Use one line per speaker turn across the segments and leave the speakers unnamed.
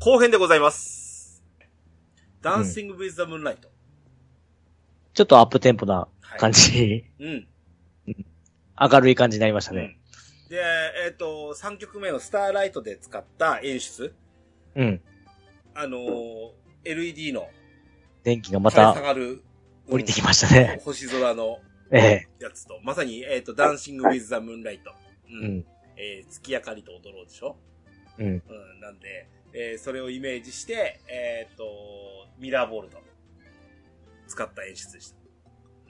後編でございます。ダンシング・ウィズ・ザ・ムーンライト。
ちょっとアップテンポな感じ、
うん。
明るい感じになりましたね。
で、えっ、と、3曲目のスターライトで使った演出。
うん。
あのー LED の
電気がま
垂れ下
た
がる、
降りてき
ま
ましたね。
星空の
ええ。
やつと、まさに、えっ、と、ダンシング・ウィズ・ザ・ムーンライト。う
うん。
えー月明かりと踊ろうでしょ
うん。
うん、なんで、えーそれをイメージして、えっ、と、ミラーボールド。使った演出でした。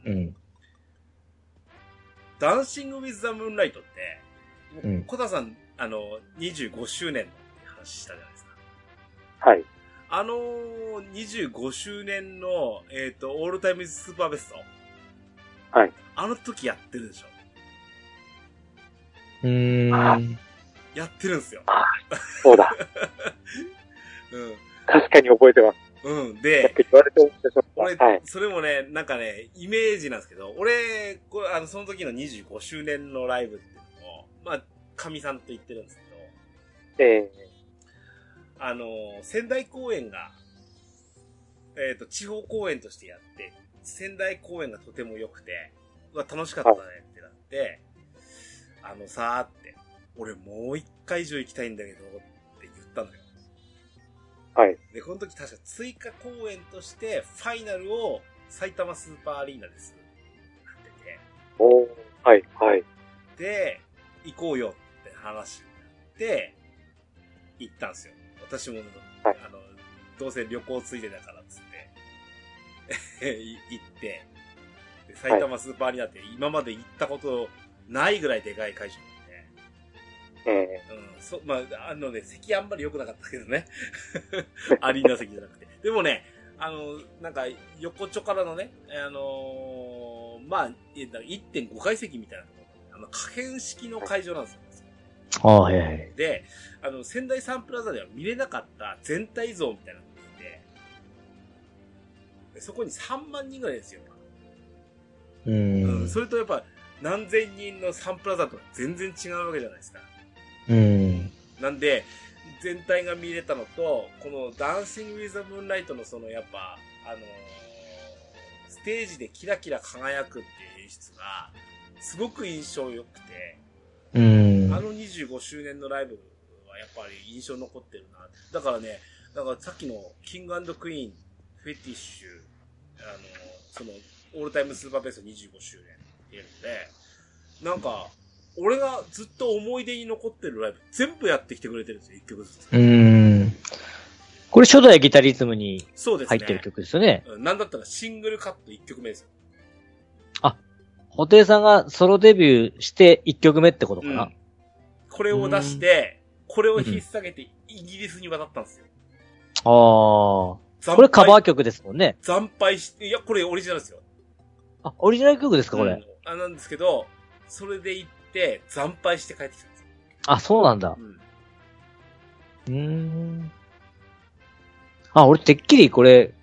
うん。
ダンシング・ウィズ・ザ・ムーンライトって、
うん
小田さん、あの、25周年の話したじゃないですか。
はい。
あのー、25周年の、えっ、と、オールタイムズ・スーパーベスト。
はい。
あの時やってるでしょ。
うーん。
やってるんですよ。
そうだ。
う
確かに覚えてます。
ん。うん。
だっ
で、
て言われて思い出しま
俺、
した。はい。
それもね、なんかね、イメージなんですけど、俺、これあの、その時の25周年のライブっていうのを、まあ、神さんと言ってるんですけど、
え
あのー、仙台公演が、えっ、と、地方公演としてやって、仙台公演がとても良くて、うわ、楽しかったねってなって、あのさーって、俺もう一回以上行きたいんだけど、って言ったのよ。
はい。
で、この時確か追加公演として、ファイナルを埼玉スーパーアリーナです。なってて、
ー、おーはい、はい。
で、行こうよって話になって、行ったんですよ。私も、
はい
あの、どうせ旅行ついでだからっつって、 い行って、で埼玉スーパーアリーナって今まで行ったことないぐらいでかい会場
ええ
なんで、うん、そ、まあ、あのね、席あんまり良くなかったけどね。 アリーナ席じゃなくて。でもね、あの、なんか、横丁からのね、あのーまあ、えなんか1.5階席みたいなところ、あの、可変式の会場なんですよ。
ああ、はいはい。
で、あの、仙台サンプラザでは見れなかった全体像みたいなのがあってで、そこに3万人ぐらいですよ。
う
うん
ん。
それとやっぱ何千人のサンプラザとは全然違うわけじゃないですか。
うん。
なんで、全体が見れたのと、このダンシング・ウィズ・ザ・ムーンライトのそのやっぱ、あのーステージでキラキラ輝くっていう演出が、すごく印象良くて、
うん。
あの25周年のライブはやっぱり印象残ってるな。だからね、なんかさっきのキングクイーン、フェティッシュ、あの、その、オールタイムスーパーベースト25周年っていうので、なんか、俺がずっと思い出に残ってるライブ全部やってきてくれてるんですよ、1曲ずつ。
うん。これ初代ギタリズムに
そうです
入
ね。
ってる曲ですよね。
うん。なんだったらシングルカット1曲目ですよ。
布袋さんがソロデビューして1曲目ってことか
う。
なん
これを出して、これを引っ提げてイギリスに渡ったんですよ。
ああ。こ
こ
れカバー曲ですもんね。
惨敗して、いや、これオリジナルですよ。
あ、オリジナル曲ですか、こ
う
れ
ん。あ、なんですけど、それで行って、惨敗して帰ってきたんですよ。
あ、そうなんだ。
うん。
うーん。あ、俺てっきりこれ、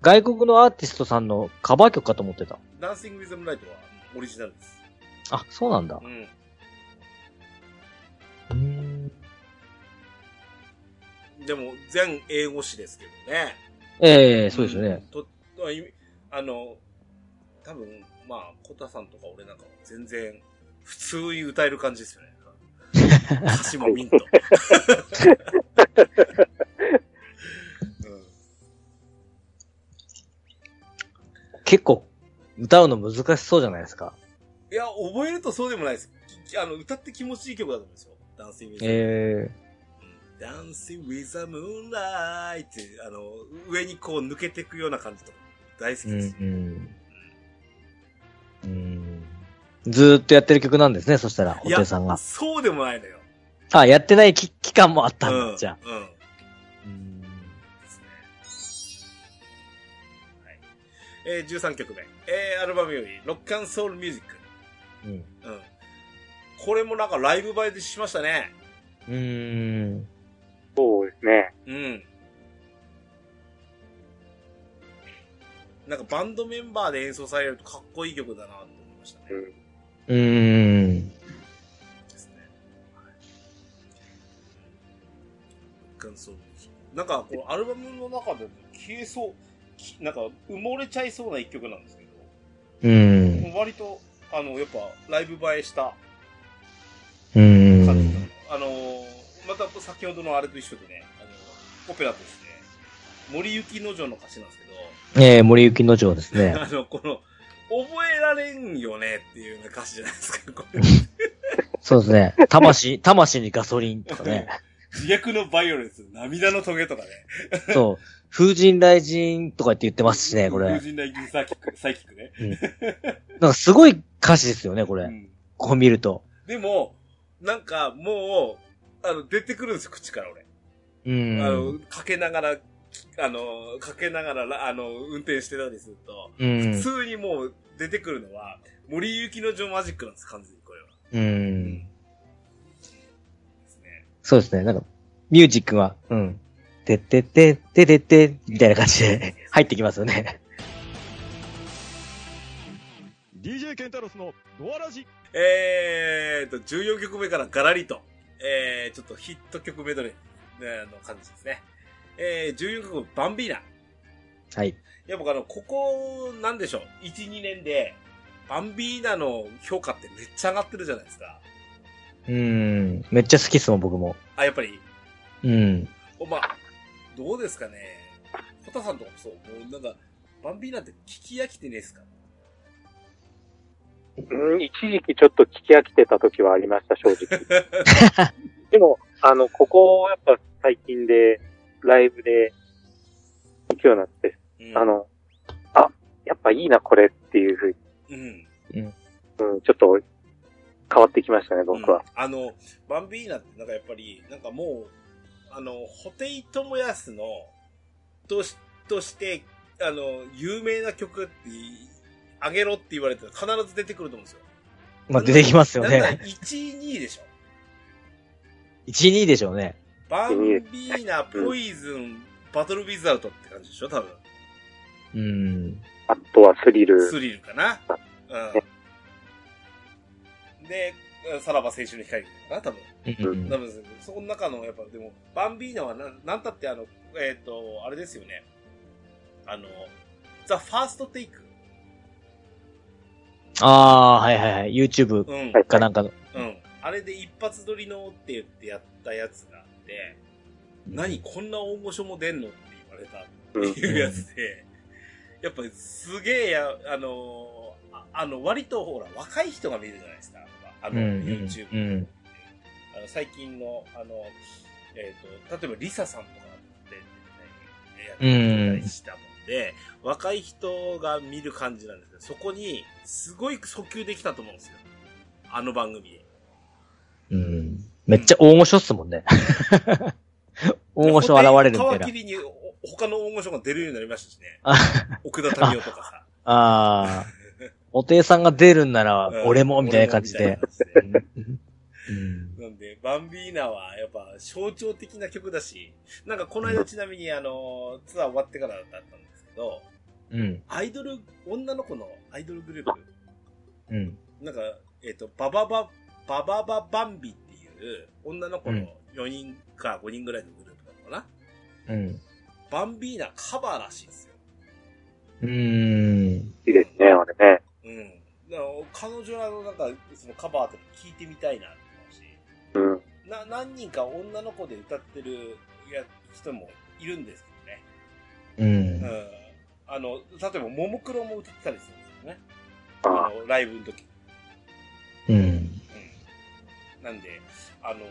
外国のアーティストさんのカバー曲かと思ってた。
ダンシング・ウィズ・ムライトはオリジナルです。
あ、そうなんだ。
うん。
うーん。
でも、全英語詞ですけどね。
ええそうですよね。
うん。と、あいあの、多分、まあ、コタさんとか俺なんかは全然、普通に歌える感じですよね。歌詞もミント。うん
結構、歌うの難しそうじゃないですか。
いや、覚えるとそうでもないです。きあの、歌って気持ちいい曲だと思うんですよ。ダンシング・ウィズ・
え
ダンシング・ウィザ・ムーンライト。あの、上にこう抜けていくような感じとか、大好き
え
です。
うん、うん。うん。ずーっとやってる曲なんですね、そしたら、布袋さんが。
そうでもないのよ。
あ、やってないき期間もあったんだ、
うん。
じゃあ。
うん。で
うん
すね。はい。えー、13曲目。えー、アルバムより、ロックアンソウルミュージック。
うん。
うん。これもなんかライブ映えでしましたね。
うーん。
そうですね。
うん。なんかバンドメンバーで演奏されるとかっこいい曲だなと思いましたね。
うん。
うーん。
ですね。感想なんか、このアルバムの中でも消えそう、きなんか埋もれちゃいそうな一曲なんですけど、
うん。
割と、あの、やっぱ、ライブ映えした感じ
う
の
ん。
あのー、また先ほどのあれと一緒でね、あの、オペラとして、森雪の城の歌詞なんですけど、
ええ、森雪の城です ね。
あの、この、覚えられんよねっていうような歌詞じゃないですか、これ。
そうですね。魂、 魂にガソリンとかね。
自虐のバイオレンス、涙のトゲとかね。
そう。風神雷神とかって言ってますしね、これ。
風神大銀サイキック、サイキックね。
なんかすごい歌詞ですよね、こ
う
れ。
ん
こう見ると。
でも、なんか、もう、あの、出てくるんですよ、口から俺。
う
あの
ん。、
かけながら、あの、かけながら、あの、運転してたりすると、
う
普
ん。
通にもう出てくるのは、森雪の城マジックなんです、完全にこれは。
うん。
ですね。
そうですね。なんか、ミュージックは、うん。てってって、てってって、みたいな感じで 入ってきますよね。
DJ ケンタロスのドアラジ
えーっと、14曲目からガラリと、えー、ちょっとヒット曲メドレーの感じですね。えー、14曲目、バンビーナ。
はい。
やっぱあの、ここ、なんでしょう、1、2年で、バンビーナの評価ってめっちゃ上がってるじゃないですか。
うん。めっちゃ好きっすもん、僕も。
あ、やっぱり、
うん。
おまあ、どうですかね。コタさんとかもそう、もうなんか、バンビーナって聞き飽きてねえですか
うん一時期ちょっと聞き飽きてた時はありました、正直。 でも、あの、ここ、やっぱ最近で、ライブで、行くようになって、
うん
あ、の、あ、やっぱいいな、これっていうふうに、
うん。
うん、ちょっと、変わってきましたね、僕は。
うんあの、バンビーナってなんかやっぱり、なんかもう、あの、ホテイトモヤスの、とし、として、あの、有名な曲って、あげろって言われたら必ず出てくると思うんですよ。
まあ、出てきますよ
なんだ
ね。
1、2でしょ。
1、2でしょうね。
バンビーナ、ポイズン、バトルウィザードって感じでしょ、多分。
うん。
あとはスリル。
スリルかな。うん。で、さらば青春の光かな、多分。
うん
多分ですそこの中の、やっぱ、でも、バンビーナはな、なんたってあの、えっ、と、あれですよね。あの、ザ・ファーストテイク。
ああー、はいはいはい。YouTube
うん。
はい
かなんかの。
うん。あれで一発撮りのって言ってやったやつがあって、何こんな大御所も出んのって言われたっていうやつで、やっぱすげえや、あのーあ、あの、割とほら、若い人が見るじゃないですか。あの、
うんうん
YouTube。
うん
あの、最近の、あの、えっ、と、例えばリサさんとかで、
うん
やったりしたもんで、若い人が見る感じなんですけど、そこに、すごい訴求できたと思うんですよ。あの番組で。
うん。めっちゃ大御所っすもんね。大御所現れるみたい
皮
な
切。りに、お他の大御所が出るようになりましたしね。
あ
奥田民生とか さ。
ああ。お亭さんが出るんなら、俺も、みたいな感じ
俺も
で。
みたいな感じで
うん
なんで、バンビーナはやっぱ象徴的な曲だし、なんかこの間ちなみにあの、ツアー終わってからだったんですけど、
うん。
アイドル、女の子のアイドルグループ、
うん。
なんか、えっ、と、バババ、ババババンビっていう女の子の4人か5人ぐらいのグループなのかな、
うん。
バンビーナカバーらしいんですよ。
うん。
いいですね、あれね。
うん。だから彼女らのなんか、そのカバーとか聞いてみたいなって思うし、
うん。
な、何人か女の子で歌ってるや人もいるんですけどね。
うん
う。ん。あの、例えば、ももクロも歌ってたりするんですよね。
あ
あの、ライブの時。
うん。
うん。なんで、あの、ち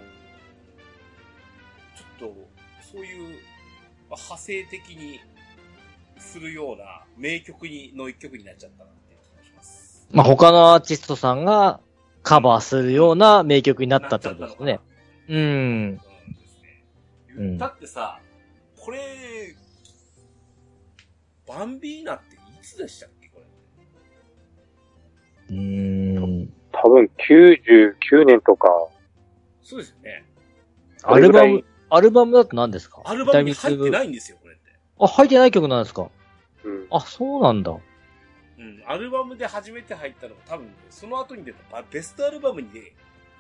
ょっと、そういう、まあ派生的にするような名曲にの一曲になっちゃったなっていう気がします。
まあ、他のアーティストさんがカバーするような名曲になったってことです
な
ね
っ。ちゃったのかな。
うん。
うんですね。
ん
言ったってさ、これ、バンビーナっていつでしたっけこれ。
うん。
多分99年とか、
そうですよね。
アルバム、アルバムだと何ですか
アルバムに入って
痛みつぶ
ないんですよ、これって。
あ、入ってない曲なんですか
うん。
あ、そうなんだ。
うん。アルバムで初めて入ったのが多分ね、その後に出たバベストアルバムにね、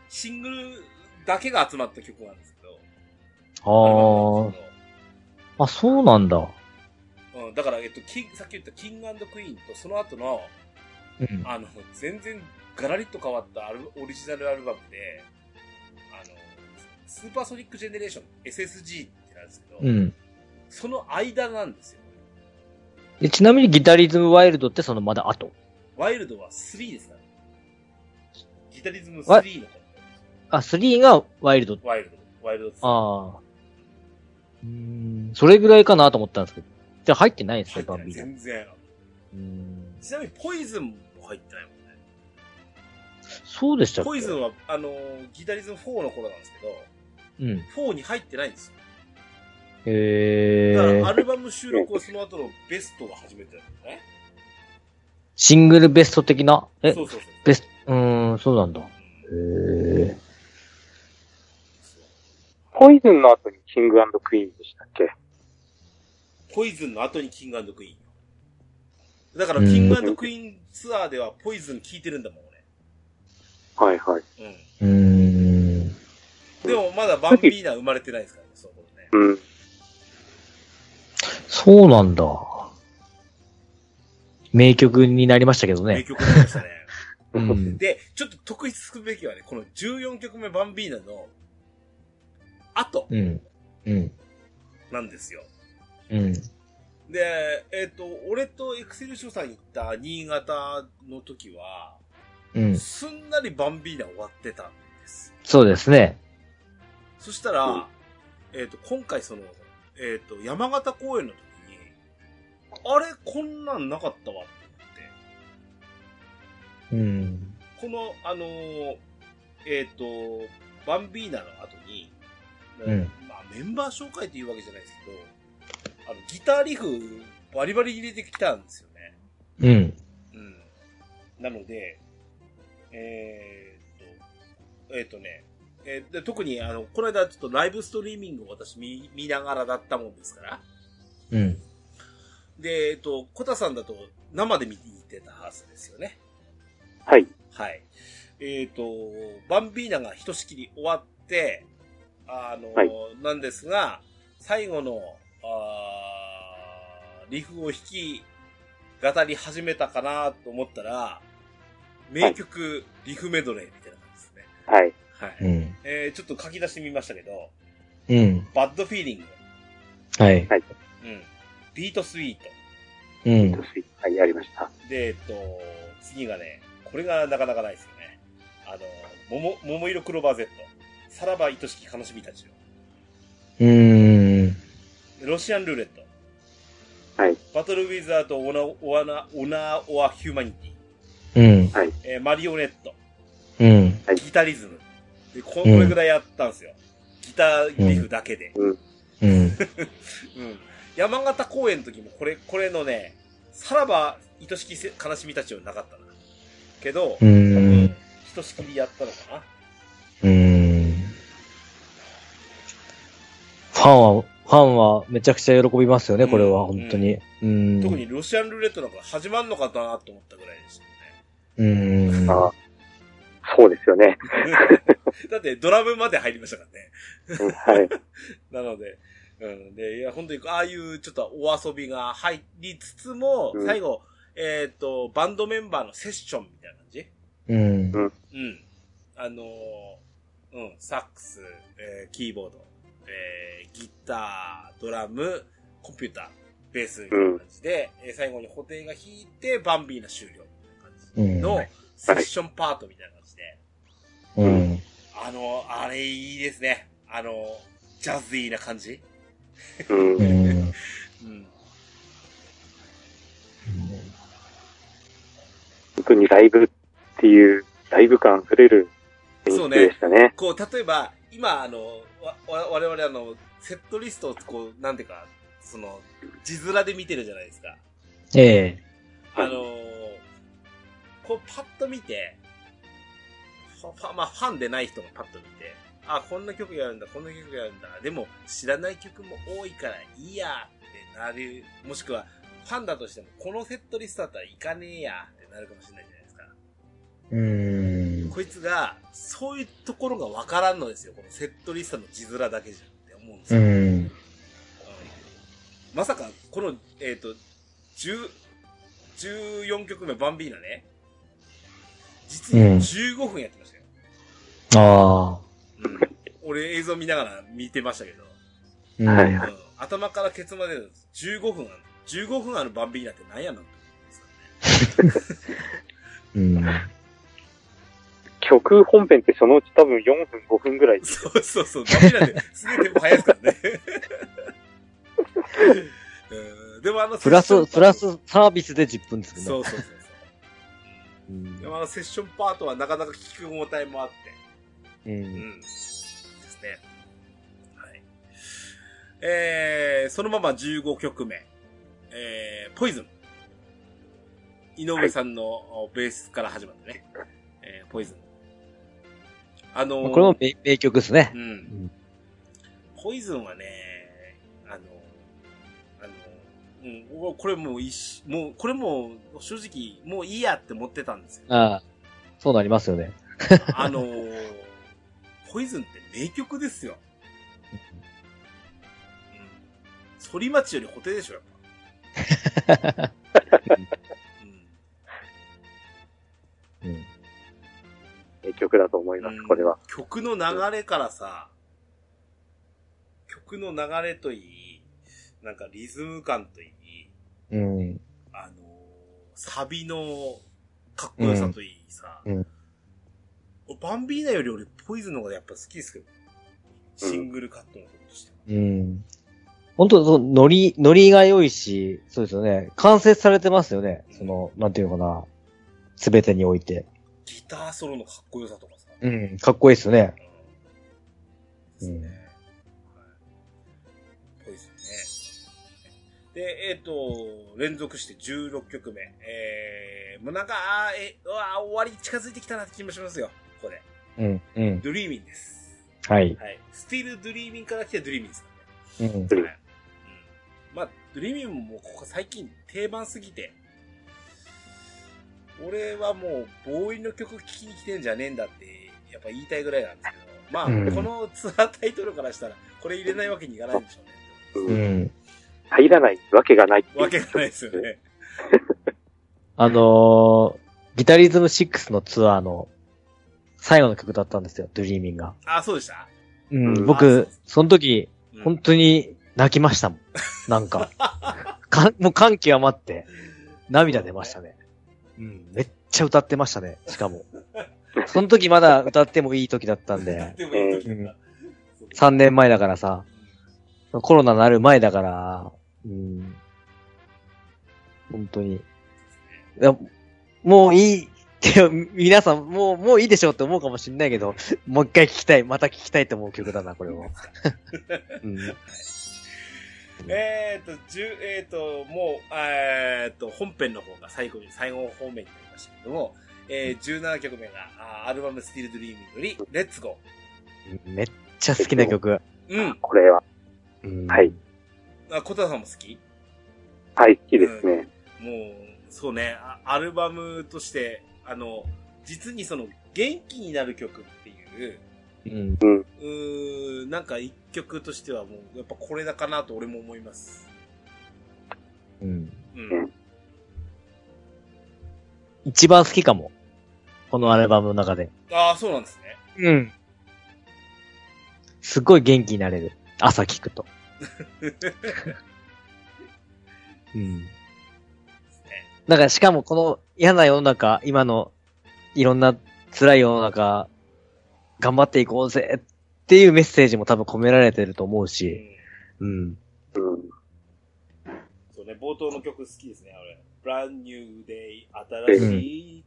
シングルだけが集まった曲なんですけど、
ああ
あ
ー、あ、そうなんだ。
うん、だから、えっと、キンさっき言ったキングクイーンとその後の、
うん。
あの、全然ガラリと変わったアルオリジナルアルバムで、あの、スーパーソニックジェネレーション、SSG ってなんですけど、
うん。
その間なんですよ。
えちなみにギタリズムワイルドってそのまだ後。
ワイルドは3ですから、ギタリズム
わ
3の頃なんですよ
あ、3がワイルド。
ワイルド、ワイルド3。
ああ。うーん、それぐらいかなと思ったんですけど。じゃあ入ってないんです
入
ね、
って
バ
な
ン
い
ビーナ。う
全然。
ーん
ちなみに、ポイズンも入ってないもんね。
そうでしたっけ
ポイズンは、あの、ギタリズム4の頃なんですけど、
うん。
4に入ってないんですよ。
へ
だからア
ー。
ルバム収録をその後のベストが初めてだったね。
シングルベスト的な。え、
そうそうそう。
ベスト、うーん、そうなんだ。へえ。
ポイズンの後にキングクイーンでしたっけ
ポイズンの後にキングクイーンよ。だから、キングクイーンツアーではポイズン聴いてるんだもん、
はいはい。
俺。うん。
うーん。
でも、まだバンビーナ生まれてないですからね、そこね。
うん。
そうなんだ。名曲になりましたけど
名
ね。
曲になりま したね。
うん。
で、ちょっと特筆すべきはね、この14曲目バンビーナの後
うん。うん。
なんですよ。
うん。
で、えっ、と、俺とエクセル書さん行った新潟の時は、
うん。
すんなりバンビーナ終わってたんです。
そうですね。
そしたら、えっ、と、今回その、えっ、と、山形公演の時に、あれ、こんなんなかったわって
うん。
思って、この、あのーえっ、と、バンビーナの後に、
うん
まあ、メンバー紹介というわけじゃないですけど、あの、ギターリフ、バリバリ入れてきたんですよね。
うん。
うん。なので、えーっと、えーっとね、えーで特にあの、この間ちょっとライブストリーミングを私見見ながらだったもんですから。
うん。
で、えーっと、コタさんだと生で見に行ってたはずですよね。
はい。
はい。えーっと、バンビーナがひとしきり終わって、あの、
はい
なんですが、最後の、あーリフを弾き、語り始めたかなと思ったら、名曲、リフメドレーみたいな感じですね。
はい。
はい。
うん。
えー、ちょっと書き出してみましたけど、
うん。
バッドフィーリング、
はい。
うん、ビートスイート、
うん。
はい、やりました。
で、えっと、次がね、これがなかなかないですよね。あの、桃、桃色クローバー Z、さらば愛しき悲しみたちよ、
うん。
でロシアンルーレット、
はい。
バトルウィザード、オナ、オナ、オナ、オア、ヒューマニティ、
うん。
えーマリオネット、
うん。
はい
ギタリズム。で、ここれぐらいやったんですよ。ギターリフだけで。
うん。
うん。山形公演の時もこれ、これのね、さらば愛しきせ悲しみたちはなかったな。けど、
う
うん
ん。
ひとしきりやったのかな。
うん。ファンは、ファンはめちゃくちゃ喜びますよね、これは、本当に。うん。
特にロシアンルーレットなんか始まんのかなと思ったぐらいですよ
うん。
あそうですよね。
ね。だってドラムまで入りましたからね。
うんはい。
なので、うん。で、いや、本当に、ああいうちょっとお遊びが入りつつも、
うん
最後、えっ、と、バンドメンバーのセッションみたいな感じ
うん。
うん。あのーうん、サックス、えーキーボード、えーギター、ドラム、コンピューター、ベースみたいな感じで、えー最後に補填が弾いて、バンビーナ終了みたいな感じ
う
の
ん
セッションパートみたいな感じで、
うん。
あのーあれいいですね。あのージャズイーな感じ。
うん。
う
はい。
ん。
うん。
本当にライブっていう、ライブ感溢れる演
そう
出
ね
でしたね。
こう、例えば、今、あの、わ、わ我々あの、セットリストをこう、なんていうか、その、字面で見てるじゃないですか。
ええ。
あ
はい
のーこうパッと見て、ファファまあファンでない人がパッと見て、あ、こんな曲やるんだ、こんな曲やるんだ、でも知らない曲も多いからいいやってなる、もしくはファンだとしてもこのセットリストだったらいかねえやってなるかもしれないじゃないですか。
うん。
こいつが、そういうところがわからんのですよ、このセットリストの字面だけじゃんって思思うんです
う
よ。うん
ん。
まさか、この、えっ、と、10 14曲目、バンビーナね。実に
うん
15分やってましたよ。
ああ。
うん、俺映像見ながら見てましたけど。
うん
はいは
うん頭からケツまでの15分ある。15分あるバンビーナってなんやなんて思 うんですか
うん。
曲本編ってそのうち多分4分、5分ぐらい。
ね。そうそうそう。バンビーナってすげえテンポ速いですからね。 うんでもあの、
プラ
セッショ
ス、
ン
プラスサービスで10分ですけ
そ
ど。
うそうそうそう。
う
うん
ん
でもあのセッションパートはなかなか聞く応えもあって。
う。
うんん。ですね。はい。えー、そのまま15曲目。えー、ポイズン。井上さんのベースから始まってね。えー、ポイズン。あのー
これも名名曲ですね。
う。ん
ん。
ポイズンはね、あの、あの、うんお、これもういいし、もう、これもう正直、もういいやって思ってたんですよ
ああ。そうなりますよね。
あの、ポイズンって名曲ですよ。うん。反町よりホテでしょ、やっ ぱ。
うん。
名曲だと思い
うん
ます、これは。。
曲の流れからさ、曲の流れといい、なんかリズム感といい、
うん。
あのー、サビのかっこよさといいさ、
うんうん
俺バンビーナより俺ポイズンの方がやっぱ好きですけど、シングルカットのことしては。
うん。
本当そう、ノリ、ノリが良いし、そうですよね。完成されてますよね。その、なんていうのかな。すべてにおいて。
ギターソロのかっこよさとかさ、
うん。かっこいいっすね。
ですね。はい、ポイズンね。で、えっ、と、連続して16曲目。えー、もうなんか、あーえうわー終わり近づいてきたなって気もしますよ。ここで。
うん。うん。
ドリーミングです。
はい。
はい。スティールドリーミングから来てドリーミングですからね。
うん。
うん
はいうんまあ、ドリーミングもここ最近定番すぎて、俺はもう、ボーイの曲聴きに来てんじゃねえんだって、やっぱ言いたいぐらいなんですけど、まあ、
うん
このツアータイトルからしたら、これ入れないわけにいかないんでしょうね。
う
うんん。
入らないわけがないっていう
わけがないですよね。
あのー、ギタリズム6のツアーの最後の曲だったんですよ。ドリーミングが。
あ、そうでした
うん
うん
僕、その時、
うん
本当に泣きましたもん。なんか。かもう感極まって、涙出ましたね。うん、めっちゃ歌ってましたね、しかも。その時まだ歌ってもいい時だった んで、
でもいい時だった。
3年前だからさ、コロナなる前だから、うん。本当に。いやもういい。いや皆さん、もう、もういいでしょうって思うかもしんないけど、もう一回聞きたい、また聞きたいと思う曲だな、これは。うん
えっと、十えっ、と、もう、えっと、本編の方が最後に、最後方面になりましたけども、えー、17曲目が、あーアルバムスティールドリーミングより、レッツゴ
めっちゃ好きな曲。
ー。うん。
これは。
うん
はい。
あ、小田さんも好き
はい、好きですね。
もう、そうね、あアルバムとして、あの、実にその、元気になる曲っていう、
うん。
うーん、なんか一曲としてはもう、やっぱこれだかなと俺も思います。
うん。
うん。
一番好きかも。このアルバムの中で。
ああ、そうなんですね。
うん。すごい元気になれる。朝聞くと。うん。だからしかもこの嫌な世の中、今のいろんな辛い世の中、頑張っていこうぜっていうメッセージも多分込められてると思う
う
し。
ん
うん。
うん。
そうね、冒頭の曲好きですね、俺。Brand New Day, 新しい、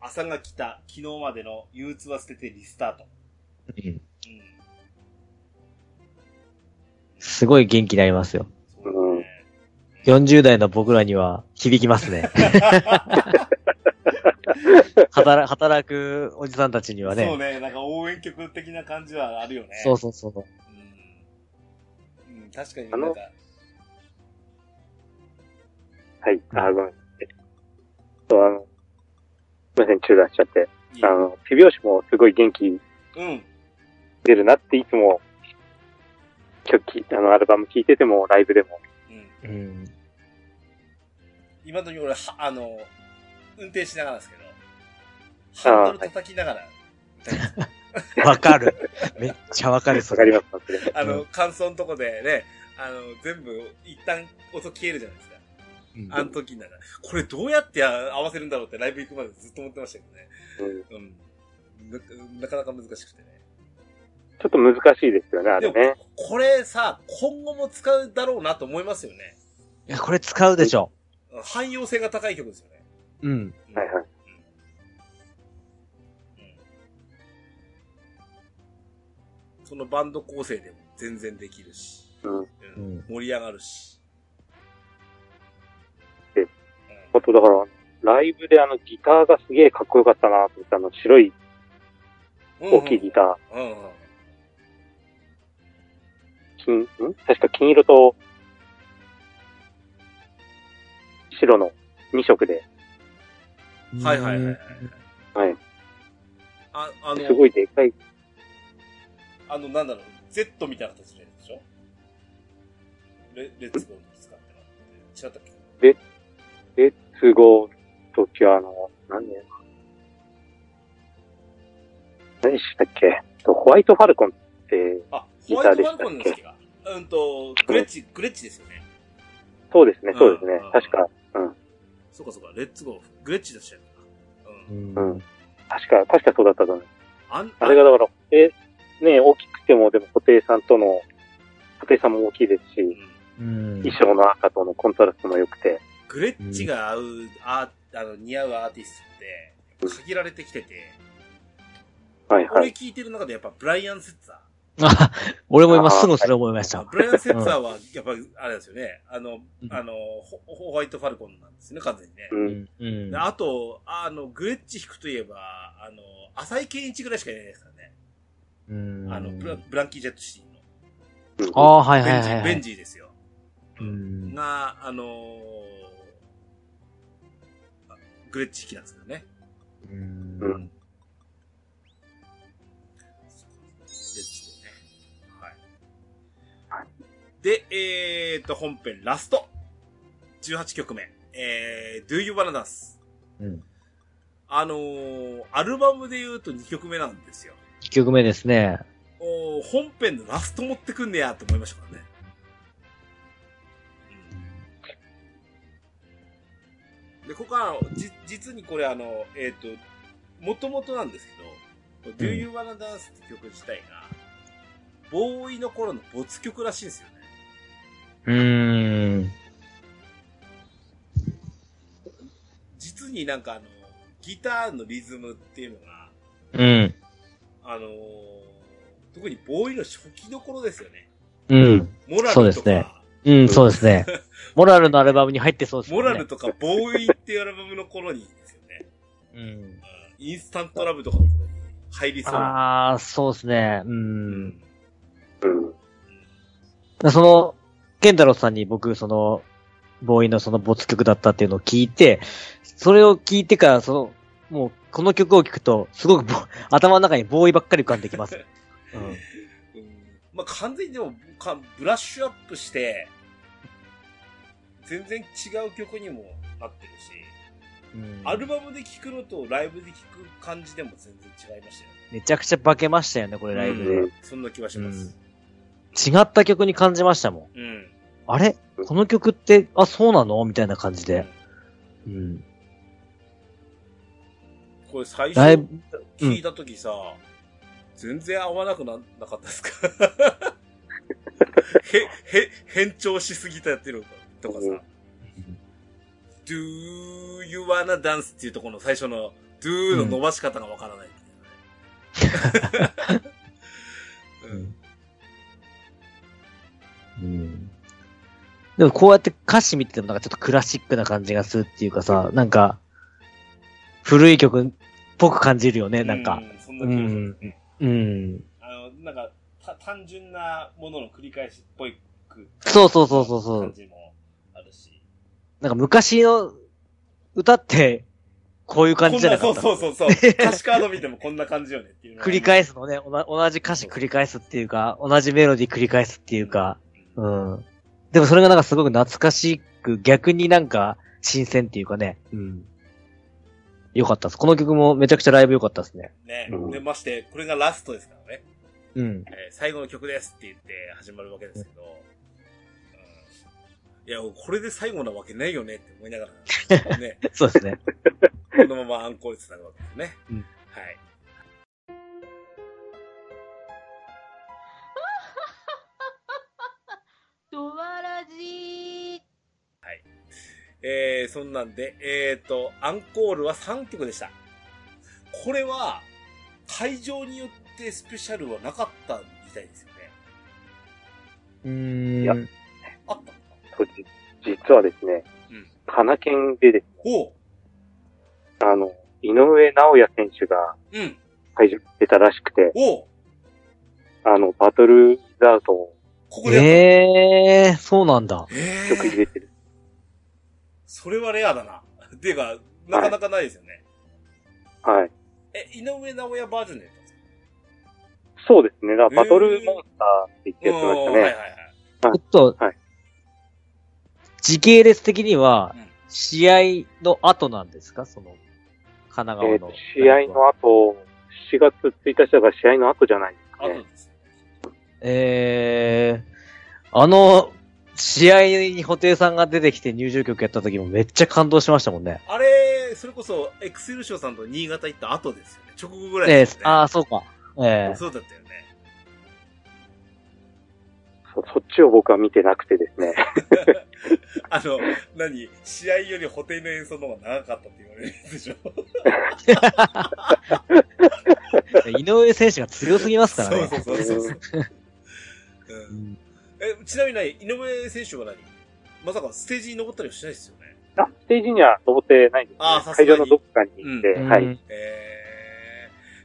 朝が来た、昨日までの憂鬱は捨ててリスタート。
うん
うん。
すごい元気になりますよ。
そうね。
40代の僕らには響きますね。働働くおじさんたちにはね。
そうね、なんか応援曲的な感じはあるよね。
そうそうそう
うん。うん、確かになんか、
はい、あ、ごめんなさい。そう、あの、すみません、中断しちゃって。
いい
あの、手拍子もすごい元気
うん。
出るなっていつも曲き、あの、アルバム聴いてても、ライブでも、
うん。
うん。
今の時俺は、あの、運転しながらですけど、ハンドル叩きながら、
わかる。めっちゃわかる、そ
わか
れ。
りますか、それ。
あの、感想のとこでね、あの、全部、一旦音消えるじゃないですか。
うん
あの時なら、これどうやって合わせるんだろうってライブ行くまでずっと思ってましたけどね。
うん。ち
うん。ななかなか難しくてね。
ょっと難しいですよね、あ
で
れ
も
ね。、
これさ、今後も使うだろうなと思いますよね。
いや、これ使うでしょ。
汎用性が高い曲ですよね。
うん。
うん
はいはい。
うんそのバンド構成でも全然できるし、
うん
うん
うん
盛り上がるし。
で
うん
あと、だから、ライブであの、ギターがすげえかっこよかったなと思って、あの、白い大きいギター、
うんうんうん
金、ん確か金色と、白の2色で、
うんはいはいはいはい。
はい。
ああ
すご
の、
いでかい。
あの、なんだろう、Z みたいな形のやつでしょレレッツゴーの使ってなかった違ったっけ
レッツゴーときは、あの、何年何したっけとホワイトファルコンって、
あ、ホ
ギ
ワ
タ
イ
ー
ト
で
バ
し
ル
た
コ
っ
ンの
け
好きが。うんと、グレッチ、グレッチですよね。
そうですね
う、ん
そうですね
うん。
確か、うん。
そうかそうか、レッツゴー、グレッチ出しちゃった。
う
う。
んん。
うん。確か、確かそうだったと思う。
あん
あれがだから、え、ね大きくても、でも、固定さんとの、固定さんも大きいです
う
し、
ん
うん。
衣装の赤とのコントラストも良くて、
グレッチが合う、ああの、似合うアーティストって、限られてきてて、
はいは
俺
い。
聞いてる中でやっぱブライアン・セッツァー。
あ、 俺も今すぐそれ思いました。
ブライアン・セッツァーは、やっぱり、あれですよね。あの
う、ん
あの、ホホワイト・ファルコンなんですね、完全にね。
う。
うんん。うん
であと、あの、グレッチ弾くといえば、あの、浅井健一ぐらいしかいないですからね。
うん。
あの、ブラブランキー・ジェット・シティの。
うん
ああ、はいは
ベ
い
ン
は
ジ、
いは
ベン
い。
ジーですよ。
うん。
が、あのーあグレッチ弾きなんですけどね。
うん
う
レッチでね。はい。
はい
で、えー、と、本編ラスト。18曲目。えー、Do You Wanna Dance。
うん
あのー、アルバムで言うと2曲目なんですよ。
1曲目ですね。
おー本編のラスト持ってくんねやと思いましたからね。うん、で、ここは、じ、実にこれあの、えっ、と、もともとなんですけど、Do You Wanna Dance って曲自体が、ボーイの頃の没曲らしいんですよね。
うん。
実になんかあの、ギターのリズムっていうのが、
うん。
あのー特にボーイの初期の頃ですよね。
うん。
モラルとか、
そうですねうん、そうで すね。モラルのアルバムに入ってそうですね。
モラルとかボーイっていうアルバムの頃にですよね。
うん。
インスタントラブとかの頃に入りそうな。
ああ、そうですね。う。
うんん。
うん。
その、ケンタロウさんに僕、その、ボーイのその没曲だったっていうのを聞いて、それを聞いてから、その、もう、この曲を聞くと、すごくボ 頭の中にボーイばっかり浮かんでき ます。うん。
うんまあ、完全にでもか、ブラッシュアップして、全然違う曲にもなってるし、アルバムで聴くのとライブで聴く感じでも全然違いましたよね。
めちゃくちゃ化けましたよね、これライブで。
うんそんな気はします。
違った曲に感じましたもん。
うん。
あれこの曲って、あ、そうなのみたいな感じで。うん。
これ最
ライブ
初、聞いた時さ、全然合わなくな、なかったですか へ、へ、変調しすぎたっていうのとかさ、
うん
do you wanna dance っていうところの最初の do の伸ばし方がわからないっていうね、
うん。
でもこうやって歌詞見ててもなんかちょっとクラシックな感じがするっていうかさ、なんか、古い曲っぽく感じるよね、
う
なん
う
か。
そん
う
な気がします
ん。うん。
あの、なんか、た単純なものの繰り返しっぽいく
そうそうそうそうそう
感じもあるし。
なんか昔の歌って、こういう感じじゃなか
こ
っ
ん
た
な。そうそうそう そう。歌詞カード見てもこんな感じよねっていうのが。
繰り返すのね、おな同じ歌詞繰り返すっていうか、同じメロディー繰り返すっていうか、
うん。
うん。でもそれがなんかすごく懐かしく、逆になんか新鮮っていうかね、うん。良かったです。この曲もめちゃくちゃライブ良かったですね。
ね
うん。
で、まして、これがラストですからね。
うん。
えー最後の曲ですって言って始まるわけですけど、うん、いや、これで最後なわけないよねって思いながら、 ね、
そうですね。
このままアンコールに繋ぐわけですね。
うん
はい。
ドワラジ
えー、そんなんで、えーと、アンコールは3曲でした。これは、会場によってスペシャルはなかったみたいですよね。
う
いや
ーん。
あったのか
そうじ実はですね、
うん
花県でですね、
おう
あの、井上直也選手が
うん
会場に出たらしくて、
おう
あの、バトルザートを
ここでやった、
ええー、そうなんだ。
え
曲入
ー、
れてる。
それはレアだな。 ていうか、なかなかないですよね。
はい。
え、井上直弥バージョンでやったんですか
そうですね。だから
へー
バトルモンスターって言ってやってまし
う
た
んはいはい
ね。
はい。
ちょっと、
はい
時系列的には
うん、
試合の後なんですかその、神奈川
えっ
の
と。試合の後、4月1日だから試合の後じゃないです
あ
か
と
ね。
ですね。
えー、あの、試合に布袋さんが出てきて入場曲やった時もめっちゃ感動しましたもんね。
あれ、それこそ、エクセルショーさんと新潟行った後ですよね。直後ぐらい
え
で
え
すよね。
ああ、そうか。ええ
そうだったよね。
そそっちを僕は見てなくてですね。
あの、何試合より補填の演奏の方が長かったって言われるやつでしょ
井上選手が強すぎますからね。
そう そうそうそう。うん、えちなみに井上選手は何まさかステージに登ったりはしないですよね。
あ、ステージには登ってないんです、ね
あーさす
会
がに
場のどっかに行って、
うん
はい。。
え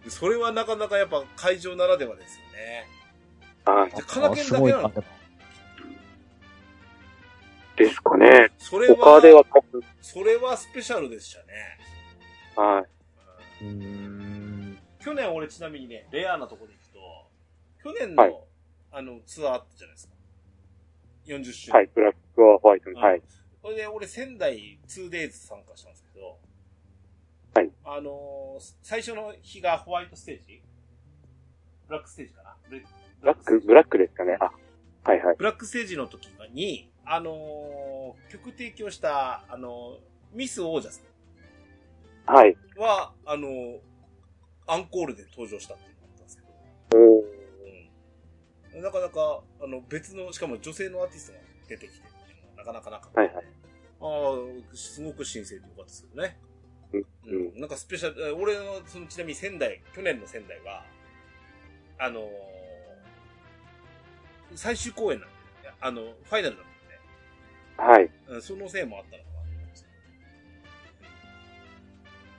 ー、それはなかなかやっぱ会場ならではですよね。
はい。
じゃあ、カナケンだけなのかな
ですかね。
それ
他では
は、
多分、
それはスペシャルでしたね。
はい。
うーん。
去年俺ちなみにね、レアなとこで行くと、去年の、
はい
あの、ツアーあったじゃないですか。40周年。
はい、ブラックはホワイトの、
うん
はい。
それで俺仙台 2days 参加したんですけど、
はい。
あのー最初の日がホワイトステージブラックステージかなブレ
ブラック、ブラックですかね。あ、はいはい。
ブラックステージの時に、あのー曲提供した、あのーミス王者さ
はい。
んは、あのーアンコールで登場したっていうのがあったんですけど、
おー
うん。なかなか、あの、別の、しかも女性のアーティストが出てきてっていうのはなかなかなかったので、
はい
ああ、すごく新鮮でよかったですけどね。
うん
うんなんかスペシャル、え俺の、その、ちなみに仙台、去年の仙台は、あのー最終公演なんで、ね、あの、ファイナルだったんで、
はい。
うんそのせいもあったのかなと思いますね。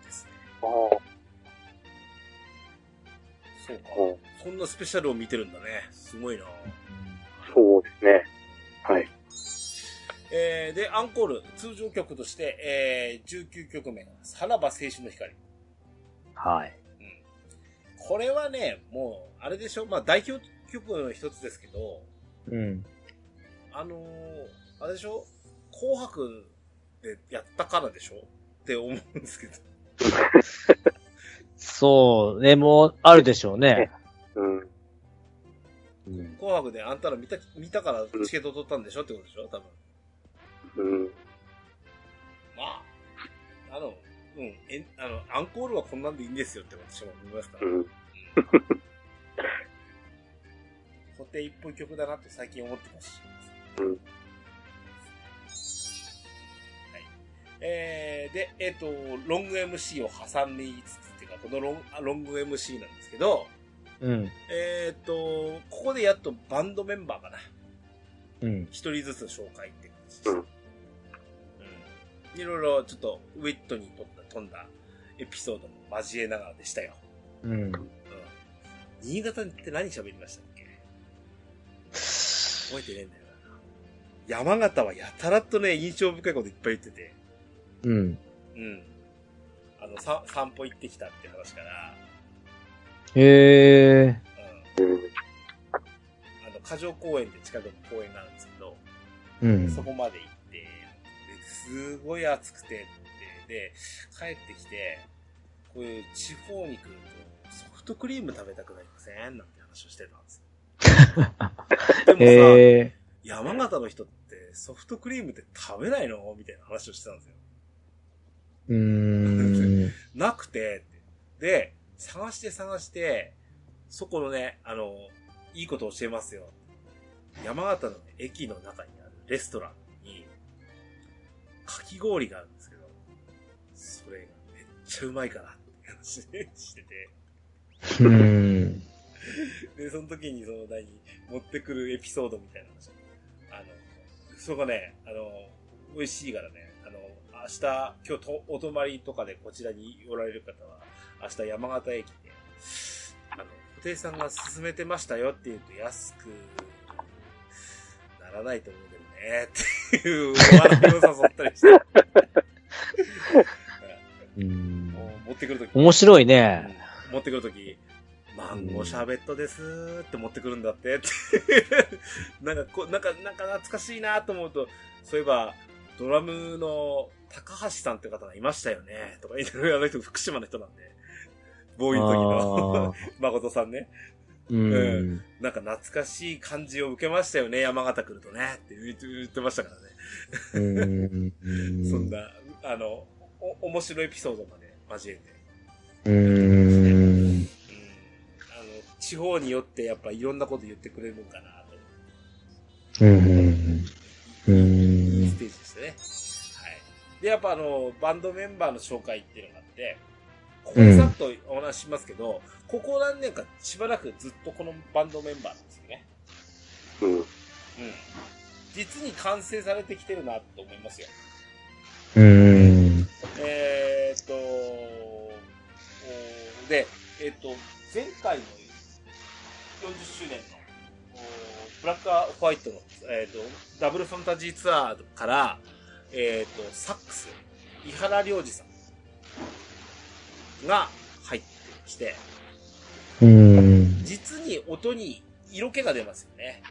うんですね。
あー
そうか。
うん
そんなスペシャルを見てるんだね。すごいな
そうですね。はい。
えーで、アンコール、通常曲として、えー19曲目、さらば青春の光。
はい。
これはね、もう、あれでしょ、まあ代表曲の一つですけど、
うん。
あのーあれでしょ、紅白でやったからでしょって思うんですけど。
そう、ね、もう、あるでしょうね。
うん。
うん。
紅白であんたら見た、見たからチケット取ったんでしょってことでしょ多分。
うん。
まあ、あの、うん、え、あの、アンコールはこんなんでいいんですよって私も思いますから。
うん。
固定っぽい曲だなと最近思ってますし。
うん
はい。えー、で、えっ、と、ロング MC を挟んでいつつっていうか、このロンあロング MC なんですけど、
うん。
えっ、と、ここでやっとバンドメンバーかな。
うん。
一人ずつ紹介って感じです。
うん
うん。いろいろちょっとウェットにとった飛んだエピソードも交えながらでしたよ。
うん。
うん。新潟に行って何喋りましたっけ覚えてねえんだよな。山形はやたらとね、印象深いこといっぱい言ってて。
うん。
うん。あの、さ散歩行ってきたって話から、
へえ。
うん。あの、過剰公園で近くの公園があるんですけど、
う
そ
ん。
こまで行って、ですごい暑くてって、で、帰ってきて、こういう地方に来ると、ソフトクリーム食べたくなりませんなんて話をしてたんですよ。で もさ、
へえ。
山形の人ってソフトクリームって食べないのみたいな話をしてたんですよ。
うーん。
なくて、ってで、探して探して、そこのね、あの、いいことを教えますよ。山形の駅の中にあるレストランに、かき氷があるんですけど、それがめっちゃうまいからって話してて、
うん。
で、その時にその何、持ってくるエピソードみたいな話。あの、そこね、あの、美味しいからね、あの、明日、今日とお泊まりとかでこちらにおられる方は、明日山形駅で、あの、布袋さんが勧めてましたよって言うと安くならないと思うけどね、っていう笑いを誘ったり して。
うん
もう持ってくるとき。
面白いね。
持ってくるとき、マンゴーシャーベットですーって持ってくるんだってって なんかこう、なんか、なんか懐かしいなと思うと、そういえば、ドラムの高橋さんって方がいましたよね、とか言ってる、あの人福島の人なんで、ボーイの時の
ああ。
誠さんね、
うん。
なんか懐かしい感じを受けましたよね、山形来るとね、って言って言ってましたからね。
うん。
そんな、あの、お、面白いエピソードまで交えて。
うん。
うんあの、地方によってやっぱいろんなこと言ってくれるのかなと。
うん。うん
ステージでしたね。はい。で、やっぱあの、バンドメンバーの紹介っていうのがあって、ここでさっとお話ししますけど、ここ何年かしばらくずっとこのバンドメンバーなんですよね。
うん。
うん。実に完成されてきてるなと思いますよ。
うん。
えーっと、おーで、えーっと、前回の40周年の、おーブラックアホワイトの、えーっと、ダブルファンタジーツアーから、えーっと、サックス、伊原良二さんが入ってきて、
うん。
実に音に色気が出ますよね。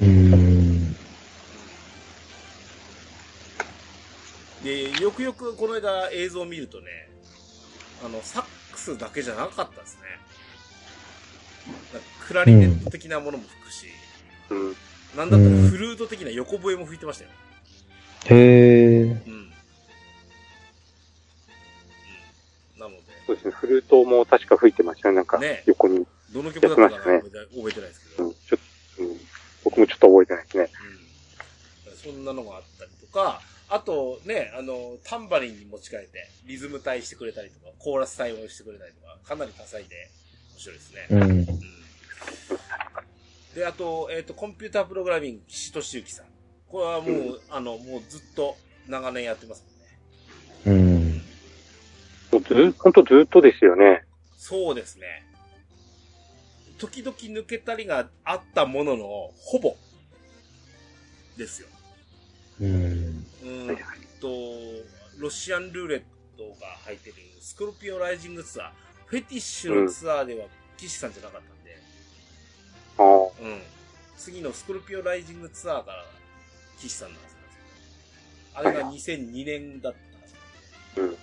うん。
で、よくよくこの間映像を見るとね、あの、サックスだけじゃなかったですね。なんかクラリネット的なものも吹くし、
うん。
なんだったらフルート的な横笛も吹いてましたよ。
へえ。
うん。うん、なので、
そうですね。フルートも確か吹いてましたよ。なんか
ね、
横に。
どの曲だったかな覚
やって
えて覚えてないですけ
う
ど、うん
ん。ちょっと、うん。僕もちょっと覚えてないですね。
そんなのがあったりとか、あとね、あの、タンバリンに持ち替えて、リズム体してくれたりとか、コーラス対応してくれたりとか、かなり多彩で面白いですね。
うん。
で、あと、えっ、と、コンピュータープログラミング、岸俊之さん。これはもう、あの、もうずっと長年やってますもんね。
うん。
もうず、ほんとずっとですよね。
そうですね。時々抜けたりがあったものの、ほぼ、ですよ。
うん。
うーんと、ロシアンルーレットが入ってる、スコルピオライジングツアー、フェティッシュのツアーでは、岸さんじゃなかったんで、
ああ。
うん。次のスコルピオライジングツアーから、岸さんのはずなんですけど、あれが2002年だったはず
うん
うん。ずっ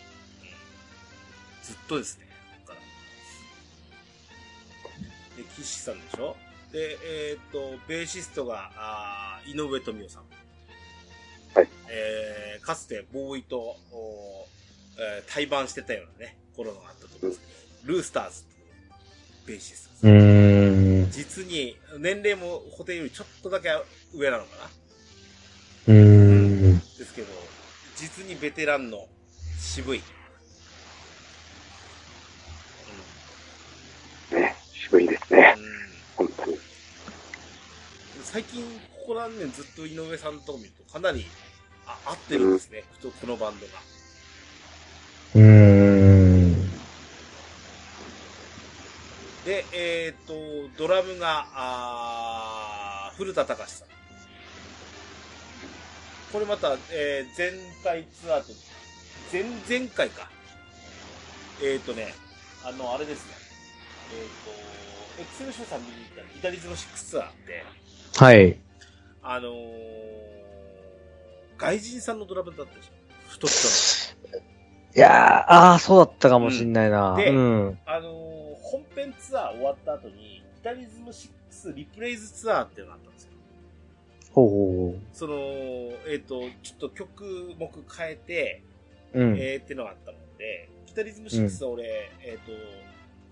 とですね、ここから。で、岸さんでしょで、えーっと、ベーシストが、あー井上富夫さん。
はい。
えー、かつてボーイと、おーえー対バンしてたようなね、頃があったと思うんですけど、ルースターズっていうベーシストです
う。ん。
実に、年齢も固定よりちょっとだけ上なのかな
うん。
ですけど、実にベテランの渋い。
ね。渋いですね。
うん
本当に。
最近、ここ何年ずっと井上さんとか見ると、かなり、あ、合ってるんですね、ここのバンドが。
うん。
で、えっ、と、ドラムが、あー古田隆さん。これまた、えー前回ツアーと、前々回か。えーっ、とね、あの、あれですね。えーっ、と、エクセルショーさん見に行ったギタリズム6ツアーって、
はい。
あのー、外人さんのドラムだったでしょ。太っち
いやー、ああ、そうだったかもしんないな。
う
うんん。
でょの。あのー、本編ツアー終わった後に、ギタリズム6リプレイズツアーっていうのがあったんですよ。
ほうほ
その、えーっ、と、ちょっと曲目変えて、
うほう。うん。
えーってのがあったので、ギタリズム6は俺、えっ、と、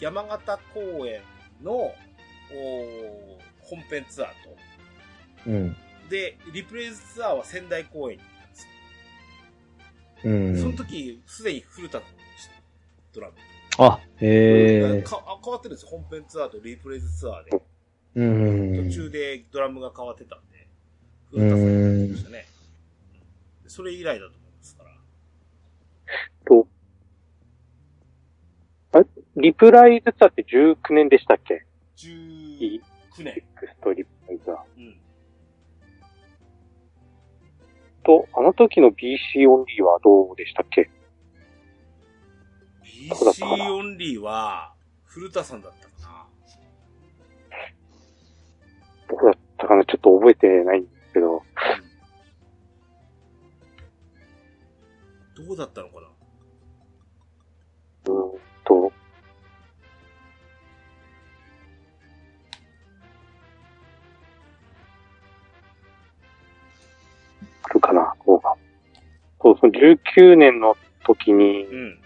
山形公演の、おー本編ツアーと、
うん。
で、リプレイズツアーは仙台公演に行ったんですよ。
うん。
その時、すでに古田君でした、ドラム。
あ、へえ。
かあ変わってるんですよ、本編ツアーとリプレイズツアーで。
うん。
途中でドラムが変わってたんで、古田さんになってましたね。うんそれ以来だと思いますから。
リプライズツアーって19年でしたっけ
19
エ
年。
クストリプライズは。
うん。
と、あの時の BC オンリーはどうでしたっけ
BC オンリーは、古田さんだったかな。
どうだったかなちょっと覚えてないんですけど。
どうだったのかな
うーんと。あるかなどうか。そう、その19年の時に、
うん。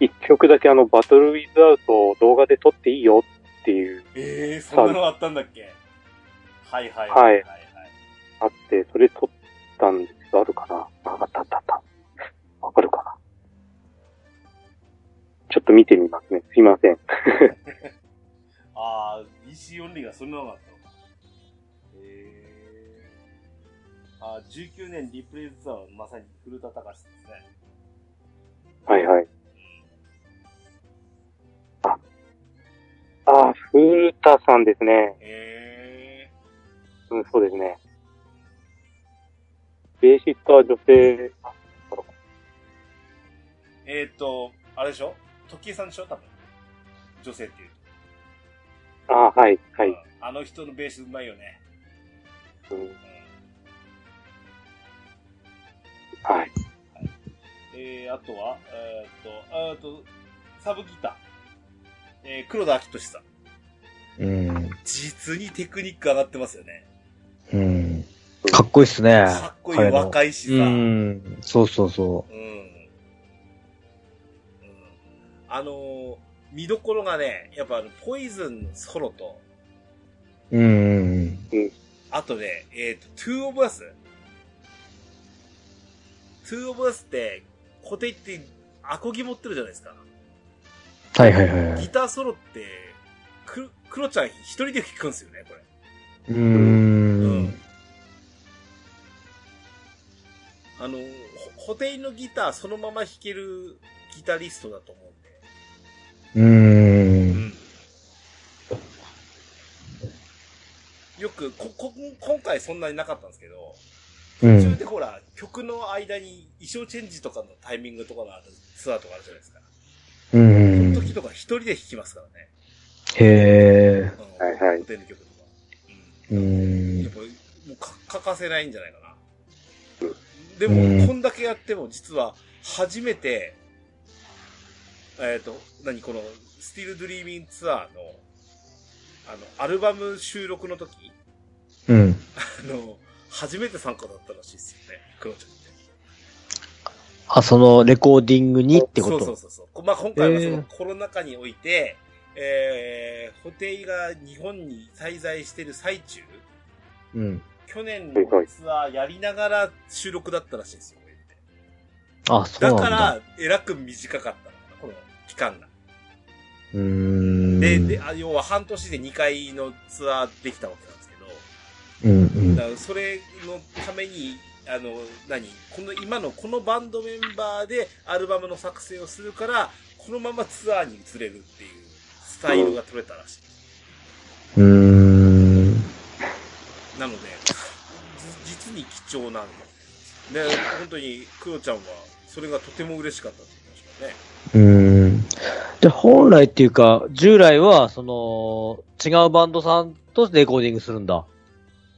一曲だけあの、バトルウィズアウトを動画で撮っていいよっていう、
ええー、そんなのあったんだっけはいはい
は
は
い
い
あって、それ撮ったんですけど、あるかなああったあったあった。わかるかなちょっと見てみますね。すいません。
ああ、BC オンリーがそんなのがあったのか。ええー。ああ、19年リプレイズツアーはまさに古田隆史ですね。
はいはい。あ、あ、古田さんですね。
ええ
うん、そうですね。ベーシストは女性、あ
ー。えっ、ー、と、あれでしょ時計さんでしょ多分。女性っていうと。
あはい、はい。
うん。あの人のベースうまいよね。
うん
うん。
はい。
えー、あとは、えー、っと、あーっと、サブギター。えー、黒田明俊さん。
うん。
実にテクニック上がってますよね。
うん。かっこいいっすね。
かっこいい、
彼の
若いしさ。
う
うん。
ん。そうそうそ
うんあのー見どころがね、やっぱあの、ポイズンのソロと、
う。うん。
あとね、えっ、と、トゥーオブアス。トゥーオブアスって、固定って、アコギ持ってるじゃないですか。
はいはいはいは
ギ
い。
ターソロって、くる、クロちゃん一人で弾くんですよね、これ。
う
うん
ん。
あの、ほ補填のギターそのまま弾けるギタリストだと思うんで。
うん。
よくこ、こ、今回そんなになかったんですけど、
う
途中
ん。
でほら、曲の間に衣装チェンジとかのタイミングとかのあるツアーとかあるじゃないですか。
う
その
ん。
時とか一人で弾きますからね。
へ
うん
え。
はいはい
補填の曲とか。
う
うん。やっ
ん。
ぱ、もうか欠かせないんじゃないかな。
うん
で
う
も、
ん
こんだけやっても、実は、初めて、えっ、と、何、この、スティルドリーミングツアーの、あの、アルバム収録の時、
うん。
あの、初めて参加だったらしいですよね、クロちゃんって。
あ、その、レコーディングにってこと
そうそうそうそうこ。まあ、今回はそ
え
の
ー
コロナ禍において、えー、ホテイが日本に滞在してる最中、
うん。
去年
はいは
の
い
ツアーやりながら収録だったらしいんですよ、これって。
あ、そう
だ
な
か
んだ。
ら、えらく短かったのかな、この期間が。
うーん。
で、で、あ要は半年で2回のツアーできたわけなんですけど、
うんうん
だ。からそれのために、あの、何この今のこのバンドメンバーでアルバムの作成をするから、このままツアーに移れるっていうスタイルが取れたらし
うーん。
い。なので、じ実に貴重なんで、で、本当にクロちゃんは、それがとても嬉しかったって言ってましたね。
うーん。で、本来っていうか、従来は、その、違うバンドさんとレコーディングするんだ。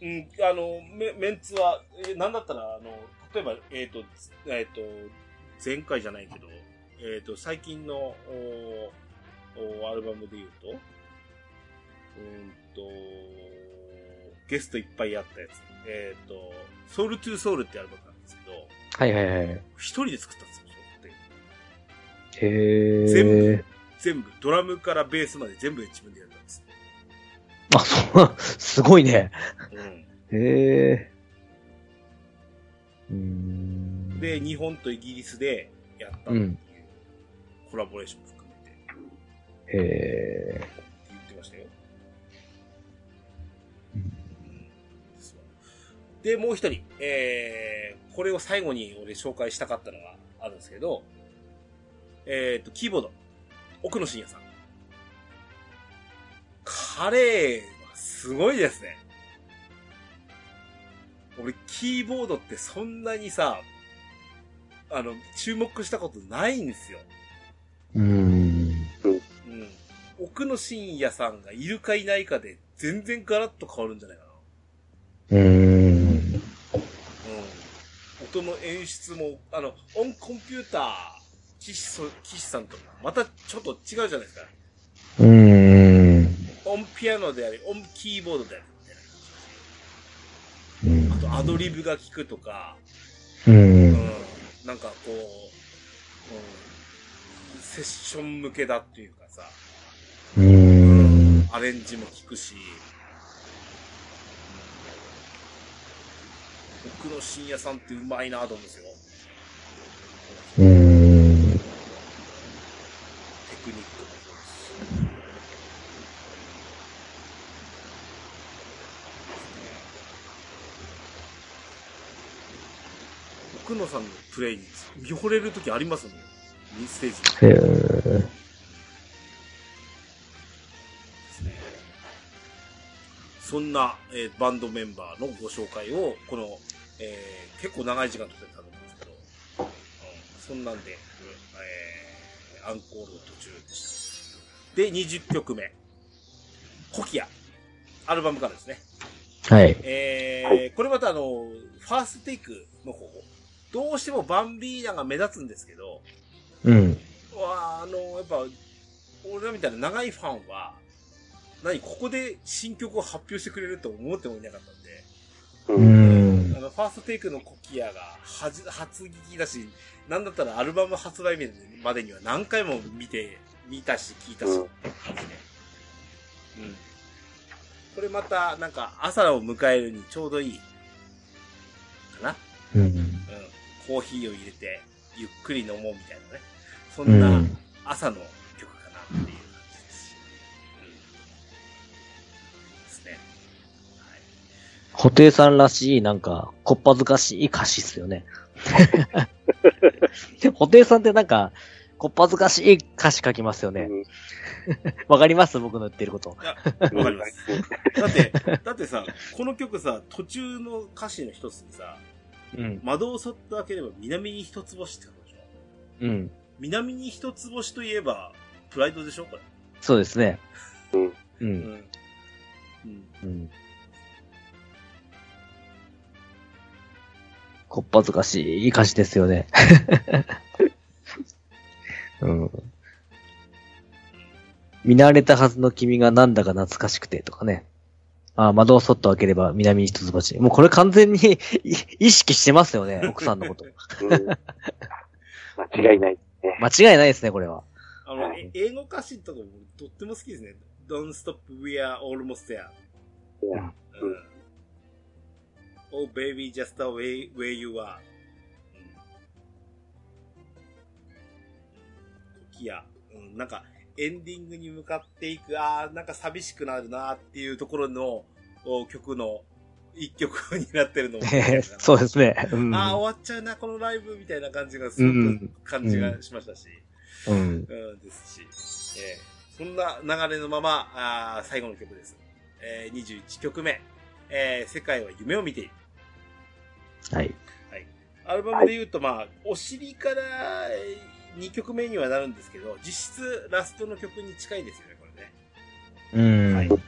うん、あの、メメンツは、えーなんだったら、あの、例えば、えっ、と、えっ、と、前回じゃないけど、えっ、と、最近の、おーおーアルバムで言うと、うーんと、ゲストいっぱいやったやつ。えっ、と、ソウルトゥーソウルってアルバムなんですけど、
はいはいはい。へ
一人で作ったんですよ、それって
え。
全部。全部、ドラムからベースまで全部自分でやったんです。
あ、そうな、すごいね。
うん。
へえ。うーん。
で、日本とイギリスでやったってい
う
うんコラボレーションも含めてって
へえ。
言ってましたよ。う
う
んんですわで、もう一人、えー、これを最後に俺紹介したかったのがあるんですけど、えっ、と、キーボード、奥野信也さん。彼はすごいですね。俺、キーボードってそんなにさ、あの、注目したことないんですよ。
うーん。
うん。奥野信也さんがいるかいないかで全然ガラッと変わるんじゃないかな。
うーん。
うん。音の演出も、あの、オンコンピューター、岸そ岸さんともまたちょっと違うじゃないですか。
うーん。
オンピアノであり、オンキーボードであり、
うん
あとアドリブが効くとか、
う
うん
ん。。
なんかこう、うん。セッション向けだっていうかさ、
うーん。
アレンジも効くし、うん奥野信也さんってうまいなと思うんですよ。
うーん。
テクニックもそうですし。奥野さんのプレイに見惚れる時ありますもん、ミステージ。
へえ。
そんな、えーバンドメンバーのご紹介を、この、えー結構長い時間とってたと思うんですけど、うんそんなんで、えーアンコールの途中でした。で、20曲目。コキア。アルバムからですね。
はい。
えー
は
これまたあの、ファーストテイクの方。どうしてもバンビーナが目立つんですけど、
うん。
わああの、やっぱ、俺らみたいな長いファンは、何、ここで新曲を発表してくれると思ってもいなかったんで、
うー
うん。
ん
あ。の、ファーストテイクのコキアが、はじ、初聞きだし、なんだったらアルバム発売日までには何回も見て、見たし、聞いたし、
うん
って感じで。うん。これまた、なんか、朝を迎えるにちょうどいい、かな。
うん。
うん。コーヒーを入れて、ゆっくり飲もうみたいなね。そ
うん
な、
ん。
朝の曲かなっていう感じです。うん、ですね。
布袋さんらしい、なんか、こっぱずかしい歌詞っすよね。布袋さんってなんか、こっぱずかしい歌詞書きますよね。わかります僕の言ってること。
はい。わかります。だって、だってさ、この曲さ、途中の歌詞の一つにさ、
うん。
窓をそっと開ければ南に一つ星ってことでしょ
うん。
南に一つ星といえば、プライドでしょこれ。
そうですね。
うん
う。
うんん。うん。
うん。こっぱずかしい歌詞ですよね。 うん。見慣れたはずの君がなんだか懐かしくてとかね。ああ、窓をそっと開ければ南に一つ星。もうこれ完全にい意識してますよね、奥さんの こと。
うん間違いない。
間違いないですね、これ は。
あの、え英語歌詞とかもとっても好きですね。Don't stop, we are almost there.
うん
Oh baby, just the way where you are. 時や、うん、なんかエンディングに向かっていく、あーなんか寂しくなるなっていうところのお曲の一曲にな ってるのも
そうですね。うん。
ああ、終わっちゃうな、このライブみたいな感じがす
う
ごく
ん
感じがしましたし。
うん。
うんですし、えーそんな流れのまま、あー最後の曲です。えー21曲目、えー世界は夢を見ている。
はい。
アルバムで言うと、まあ、お尻からえー2曲目にはなるんですけど、実質ラストの曲に近いですよね、これね。
うん。
はいうん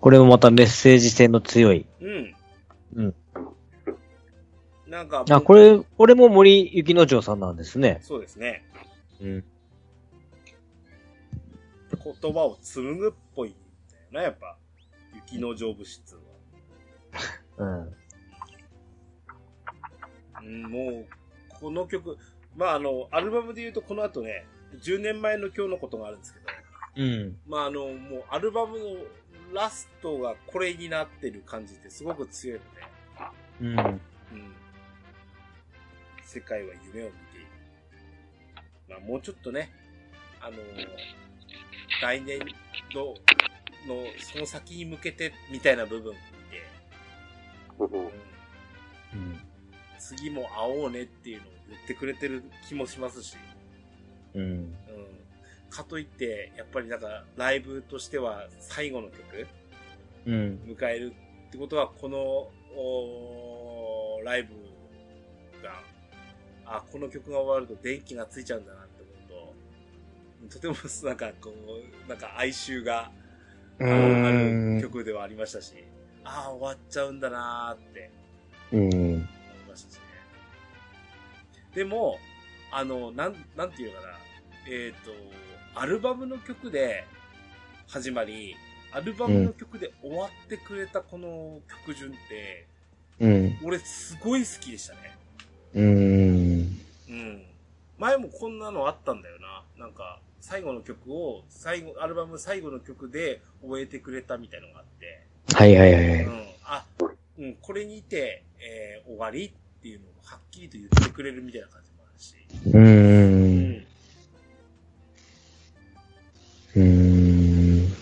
これもまたメッセージ性の強い。
うん。
うん。
なんか、
あ、これ、これも森幸之丞さんなんですね。
そうですね。
うん。
言葉を紡ぐっぽいんだよな、やっぱ。雪の上部室は。
うん。
うん、もう、この曲、まああの、アルバムで言うとこの後ね、10年前の今日のことがあるんですけど、
うん。
まああの、もうアルバムのラストがこれになってる感じってすごく強いので、
うん。
うん。世界は夢を見ている。まあ、もうちょっとね、あのー来年の、の、その先に向けて、みたいな部分で、うん、次も会おうねっていうのを言ってくれてる気もしますし、
うん。
うん。かといって、やっぱりなんか、ライブとしては最後の曲、
うん。
迎えるってことは、この、おーライブが、あ、この曲が終わると電気がついちゃうんだなって思うと、とてもなんかこう、なんか哀愁があのある曲ではありましたし、ああ、終わっちゃうんだなーって
うん。
思いましたしね。でも、あの、なん、なんていうのかな、えっ、と、アルバムの曲で始まり、アルバムの曲で終わってくれたこの曲順って、
うん。
俺すごい好きでしたね。
うん。
うん。前もこんなのあったんだよな。なんか、最後の曲を、最後、アルバム最後の曲で終えてくれたみたいのがあって、
はいはいは
う
い。
ん。あ、うん、これにて、えー終わりっていうのをはっきりと言ってくれるみたいな感じもあるし。
う。
うんん。
うん。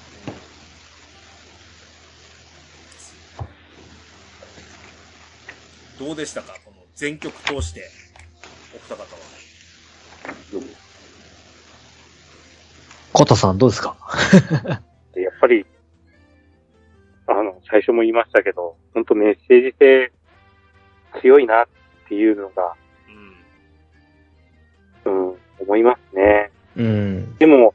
どうでしたかこの全曲通して、お二方は。
コタさんどうですか
でやっぱり、あの、最初も言いましたけど、本当メッセージ性強いなっていうのが、
うん。
うん、思いますね。
うん。
でも、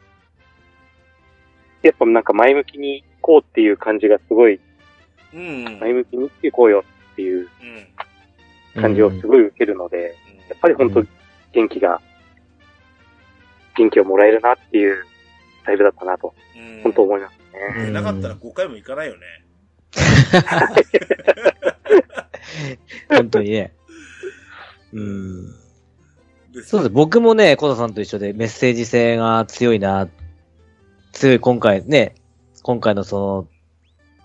やっぱなんか前向きに行こうっていう感じがすごい、
うん。
前向きに行こうよっていう
うん。うん。
感じをすごい受けるので、やっぱり本当元気が、元気をもらえるなっていうライブだったなと、
うん
本当思います
う
ね。
で
ん
なかったら5回も行かないよね。
本当にね。うん。
で
そうです。僕もね、コタさんと一緒でメッセージ性が強いな。強い今回ね、今回のその、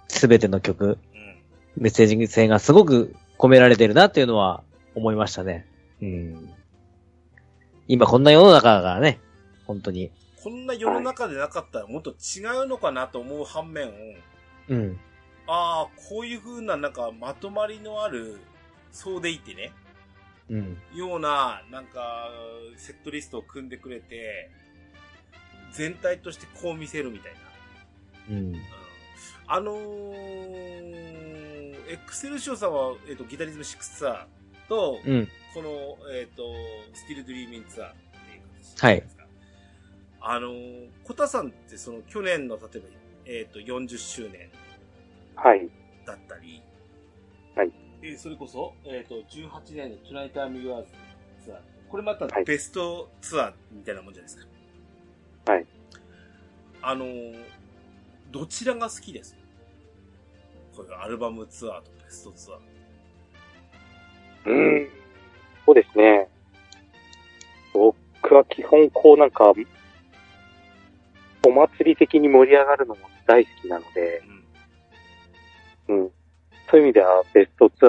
すべての曲、
うん。
メッセージ性がすごく込められてるなっていうのは思いましたね。うん。今こんな世の中だからね、本当に。
こんな世の中でなかったらもっと違うのかなと思う反面、
うん。
ああ、こういう風ななんかまとまりのある、そうでいてね、
うん。
ような、なんか、セットリストを組んでくれて、全体としてこう見せるみたいな。
うん。
うんあのー、エクセルショーさんは、えっ、と、ギタリズム6ツアーと、
うん。
この、えっ、と、スティルドリーミンツアーっていう形じゃ
は
ないいですか。あのー、コタさんってその去年の例えば、えっ、と、40周年
はい。
だったり、
はい。
えーそれこそ、えっ、と、18年の Tonight I'm Yours ツアー。これまた
はい
ベストツアーみたいなもんじゃないですか。
はい。
あのー、どちらが好きですこれアルバムツアーとベストツアー。
うん。そうですね。僕は基本こうなんか、お祭り的に盛り上がるのも大好きなので、
うん。
うん。そういう意味ではベストツア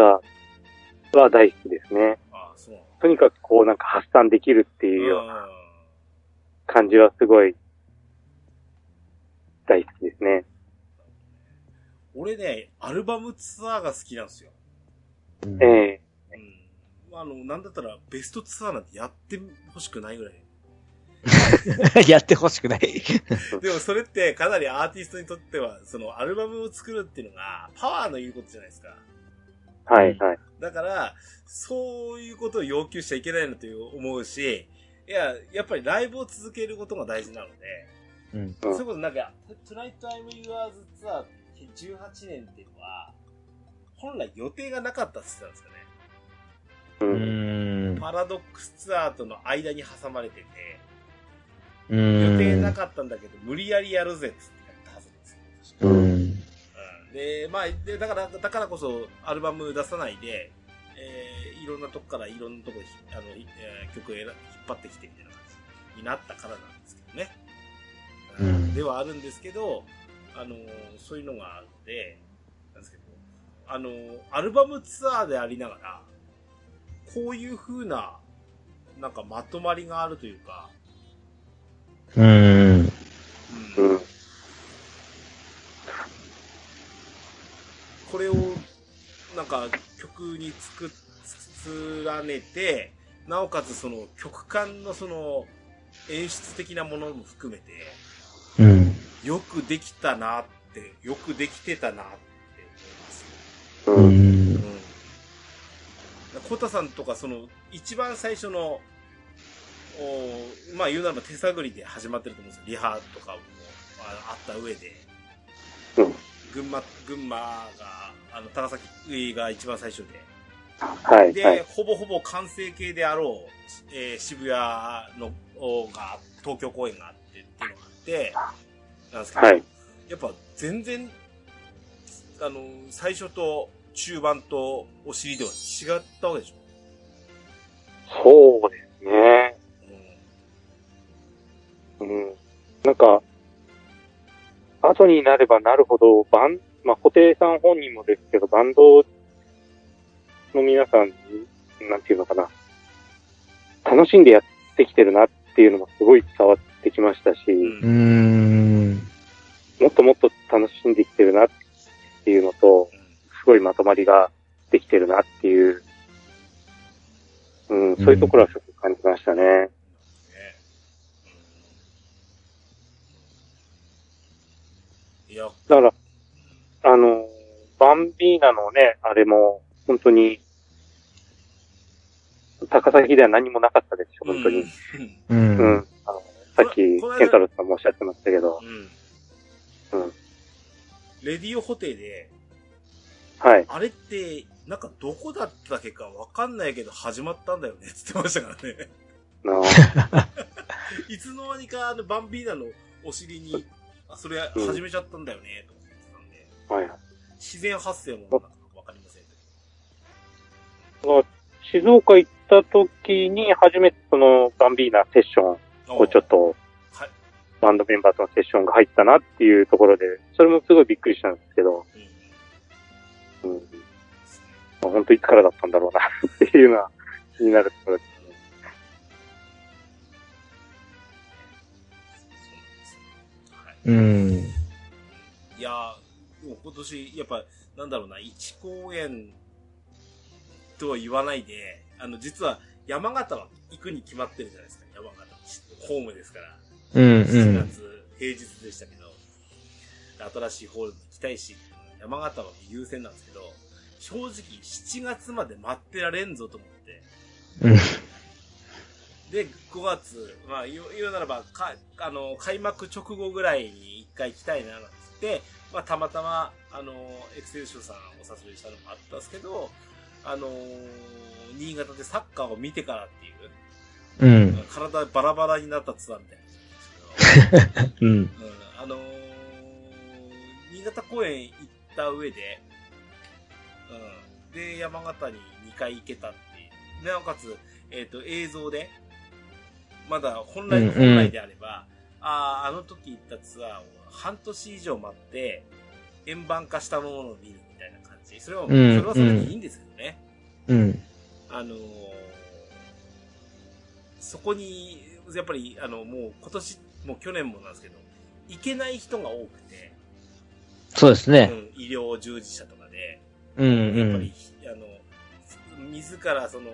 ーは大好きですね。
ああ、そうなの
とにかくこうなんか発散できるっていうような
うん
感じはすごい大好きですね。
俺ね、アルバムツアーが好きなんですよ。
うん
ええ
うん。あの、なんだったらベストツアーなんてやってほしくないぐらい。
やってほしくない。
でもそれってかなりアーティストにとっては、そのアルバムを作るっていうのがパワーの言うことじゃないですか。
はい、はい。
だから、そういうことを要求しちゃいけないなという思うし、いや、やっぱりライブを続けることが大事なので、
うん。
うん
そういうことなんか、Tonight I'm Yours ツアー18年っていうのは、本来予定がなかったって言ってたんですよね。
う。
うんん。
パラドックスツアーとの間に挟まれてて、
う
予定
ん
なかったんだけど、無理やりやるぜっつってやったはずなんですよ。
うん。
うんで、まあ、で、だから、だからこそ、アルバム出さないで、えーいろんなとこからいろんなとこに、あの、いえー曲を選引っ張ってきてみたいな感じになったからなんですけどね。
うん
ではあるんですけど、あの、そういうのがあるので、なんですけど、あの、アルバムツアーでありながら、こういう風な、なんかまとまりがあるというか、
うん。
う
うんん。
これをなんか曲に作っつ連ねてなおかつその曲間のその演出的なものも含めて
うん。
よくできたなってよくできてたなって思います
う。
うんん。
うんコタさんとかその一番最初のおまあ言うならば手探りで始まってると思うんですよリハとかもああった上で、
うん
群馬群馬があの高崎が一番最初で
はい、
で、
はい。
ほぼほぼ完成形であろう、えー渋谷のおが東京公演があってっていうのがあってなんですけど、
はい。
やっぱ全然あの最初と中盤とお尻では違ったわけでしょ、
そうですね。
う
うん。なんか、後になればなるほど、バン、まあ、固定さん本人もですけど、バンドの皆さん、なんていうのかな、楽しんでやってきてるなっていうのもすごい伝わってきましたし、
ん
う、ん。
もっともっと楽しんできてるなっていうのと、すごいまとまりができてるなっていう、うん、そういうところはすごく感じましたね。
ねうんいや、
だから、あの、バンビーナのね、あれも、本当に、高崎では何もなかったですよ、本当に。
うん
う
うん。
ん。
あのさっき、ケン
この間
タロウさんもおっしゃってましたけど、
うん
うん。
レディオホテルで、
はい。
あれって、なんかどこだったっけかわかんないけど始まったんだよねって言ってましたからね。
あの
いつの間にかあのバンビーナのお尻に、あ、それ
うん
始めちゃったんだよね、とか言ってたんで、
はい。
自然発生もなんかわかりませんけど。
静岡行った時に、初めてその、バンビーナセッション
お
を
う
ちょっと
はい、
バンドメンバーとのセッションが入ったなっていうところで、それもすごいびっくりしたんですけど、
うんうん
うん。まあ本当いつからだったんだろうな っていうのは気になるところです。
はい
うん。
いやーでも今年、やっぱ、なんだろうな、1公演とは言わないで、あの、実は山形は行くに決まってるじゃないですか、山形。ホームですから。
うん。う
7
ん。
月、平日でしたけど、新しいホールに行きたいし、山形は優先なんですけど、正直7月まで待ってられんぞと思って。
うん
で、5月、まあ言う言うならば、か、あの、開幕直後ぐらいに一回行きたいな、なんつって、まあたまたま、あの、エクセルションさんをお誘いしたのもあったんですけど、あの新潟でサッカーを見てからっていう、
うん。
体バラバラになったツアーみたいな感じなんですけど。
うん。
うんあのー、新潟公園行った上で、うん、で、山形に2回行けたっていう。なおかつ、えっ、と、映像で、まだ本来の
うんうん
本来であれば、ああ、あの時行ったツアーを半年以上待って、円盤化したものを見るみたいな感じ。それは、そ
ん
れはそれでいいんですけどね。
うん。
あのーそこに、やっぱり、あの、もう今年、もう去年もなんですけど、行けない人が多くて、
そうです
う
ね。
ん、医療従事者とかで、
うん。
やっぱ
う
り、あの、自らその、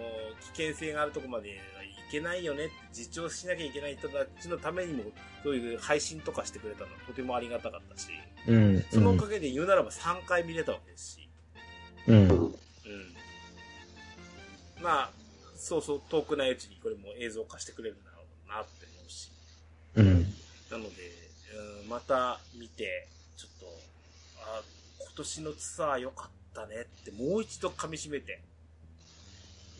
危険性があるところまでは行けないよねって実証しなきゃいけない人たちのためにもそういう配信とかしてくれたのはとてもありがたかったし
うん。
そのおかげで言うならば3回見れたわけですし、
うん。
うん、まあそうそう遠くないうちにこれも映像化してくれるんだろうなって思うし
うん。
なので、うん、また見て、ちょっと、あ今年のツアー良かったねって、もう一度噛み締めて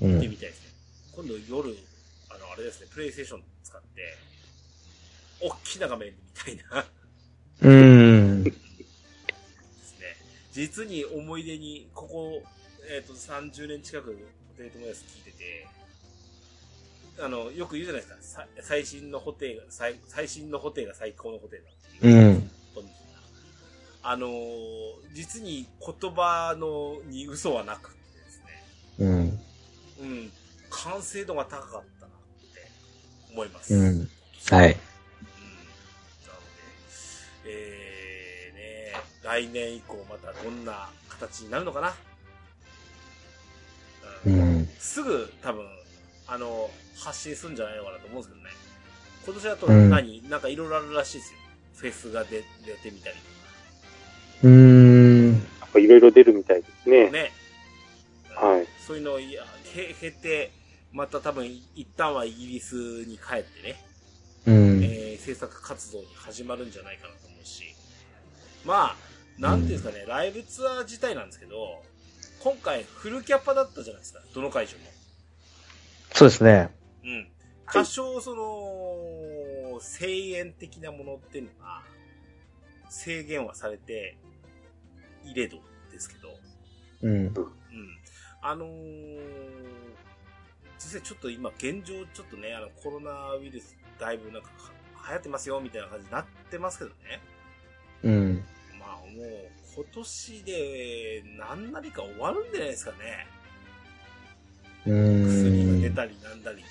う
見て
ん。
みたいですね。今度夜、あの、あれですね、プレイステーション使って、大きな画面で見たいなで
うん。
すね。実に思い出に、ここ、えっ、と、30年近く、ホテイトモヤス聞いてて、あの、よく言うじゃないですか、さ最新のホテイが、最最新のホテイが最高のホテイだっていう。
うん
あのー実に言葉のに嘘はなくてですね、
うん。
うん、完成度が高かったなって思います。
う
うんなので
ん。はい。、
えー、ね来年以降またどんな形になるのかな。う
う
ん
ん。
すぐ多分、あの、発信するんじゃないのかなと思うんですけどね。今年だと
うん
何、なんかいろいろあるらしいですよ。フェスが出出てみたりとか。
うーん。
なんかいろいろ出るみたいですね。
ね。
はい。
そういうのをいやへ経て、また多分一旦はイギリスに帰ってね、
うん。
えー制作活動に始まるんじゃないかなと思うし、まあ、なんていうんですかね、ライブツアー自体なんですけど、今回フルキャパだったじゃないですか、どの会場も。
そうですね。
うん。多少その、声援的なものっていうのが制限はされていれどですけど、
うん。
うん。あのー実際ちょっと今現状ちょっとね、あのコロナウイルスだいぶなんかは流行ってますよみたいな感じになってますけどね。
うん。
まあもう今年で何なりか終わるんじゃないですかね。
う
薬が出
ん。
たりなんだりで。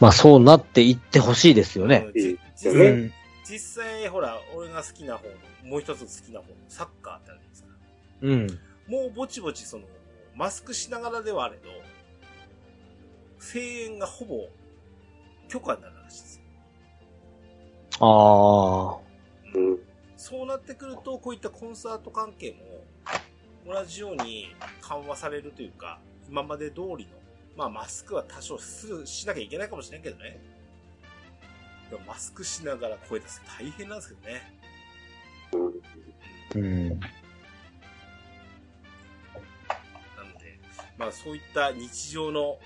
まあそうなっていってほしいですよね。
うんじ
いい
実
よね
際
うん。
実際、ほら、俺が好きな方の、もう一つ好きな方のサッカーってあるんですか。
うん。
もうぼちぼち、その、マスクしながらではあれど、声援がほぼ許可になるらしいですよ。
ああ。
うん。
そうなってくると、こういったコンサート関係も、同じように緩和されるというか、今まで通りの、まあマスクは多少する、しなきゃいけないかもしれんけどね。でもマスクしながら声出すって大変なんですけどね。
うん。
なので、まあそういった日常の、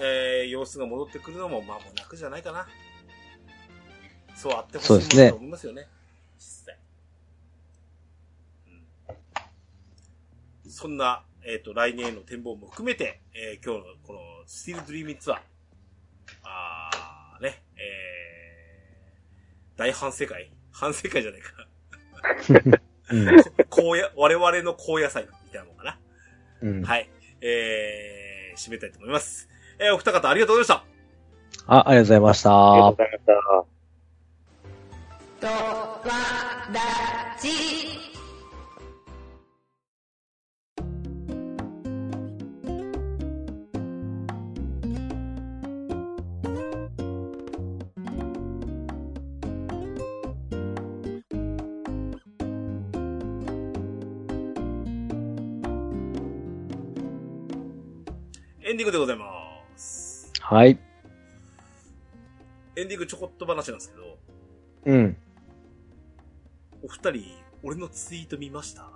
えー様子が戻ってくるのも、まあもう楽じゃないかな。そうあってほしい
そうですね
なと思いますよね。実際。うん、そんな、えっ、と、来年への展望も含めて、えー今日のこの、スティールドリームツアー。あー、ね、えー、大反省会反省会じゃないか。
うん
高野、我々の高野菜みたいなもんかな。
うん。
はい。えー、締めたいと思います。えー、お二方ありがとうございました。
あ、ありがとうございました。
ありがとうございました。
とわらじ。
エンディングでございます。
はい。
エンディングちょこっと話なんですけど、
うん。
お二人、俺のツイート見ました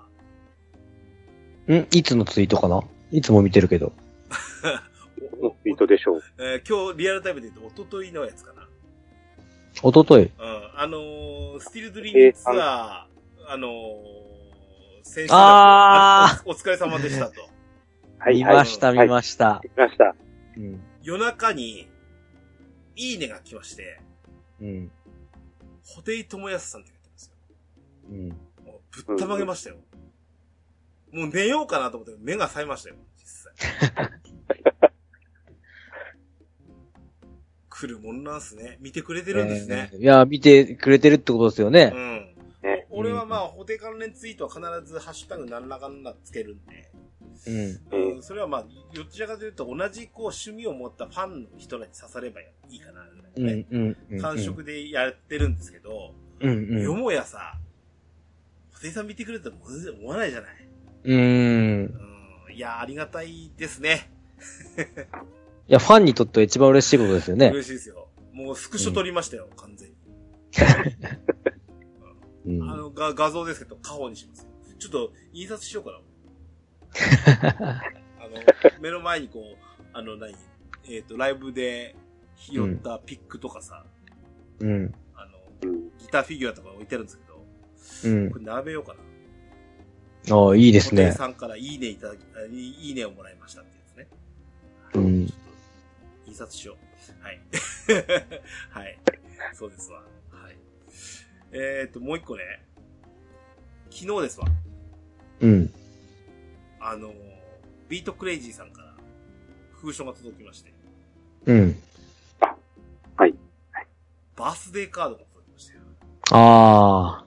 んいつのツイートかないつも見てるけど。
おお
ツイートでしょう。
えー今日リアルタイムで言うと、おとといのやつかな。
おととい。
うん。あのー、スティルドリームツアー、あのー、先週の
あ
おお疲れ様でしたと。
はい、
見
はい。
ました、見ました。
見ました。
うん。
夜中に、いいねが来まして、
うん。
ホテイトモヤスさんって書いてますよ。
うん。
もうぶったまげましたよ。もう寝ようかなと思って目が冴えましたよ、実際。 来るもんなんすね。見てくれてるんですね。
えーいや、見てくれてるってことですよね。
うん。
ね
俺はまあ、補定関連ツイートは必ずハッシュタグ何らかんなつけるんで、
うん。
うん
うん、それはまあ、どちらかというと同じこう趣味を持ったファンの人らに刺さればいいかな、ぐ
うん
らいね。。
うんうん。
感触でやってるんですけど、
うん。
よ
うん。
もやさ、小手さん見てくれたらもう全然思わないじゃない。
うん。
うん、いや、ありがたいですね。
いや、ファンにとっては一番嬉しいことですよね。
嬉しいですよ。もうスクショ撮りましたよ、完全に。
うん。
あの、が画像ですけど、過保にしますよ。ちょっと、印刷しようかな。 あの、目の前にこう、あの、何、えっ、と、ライブで拾ったピックとかさ、
うん。
あの、
うん。
ギターフィギュアとか置いてあるんですけど、
うん
こ。れ並べようかな。
ああ、いいで
です
ね。
さんからいいねいただき、あいいいいねをもらいましたってやつね。
う
ちょ
ん
っと印刷しよう。はい。はい。そうですわ。はい。えっ、と、もう一個ね。昨日ですわ。
うん。
あのー、ビートクレイジーさんから封書が届きまして、
うん。
バースデーカードが届きましたよ。
ああ。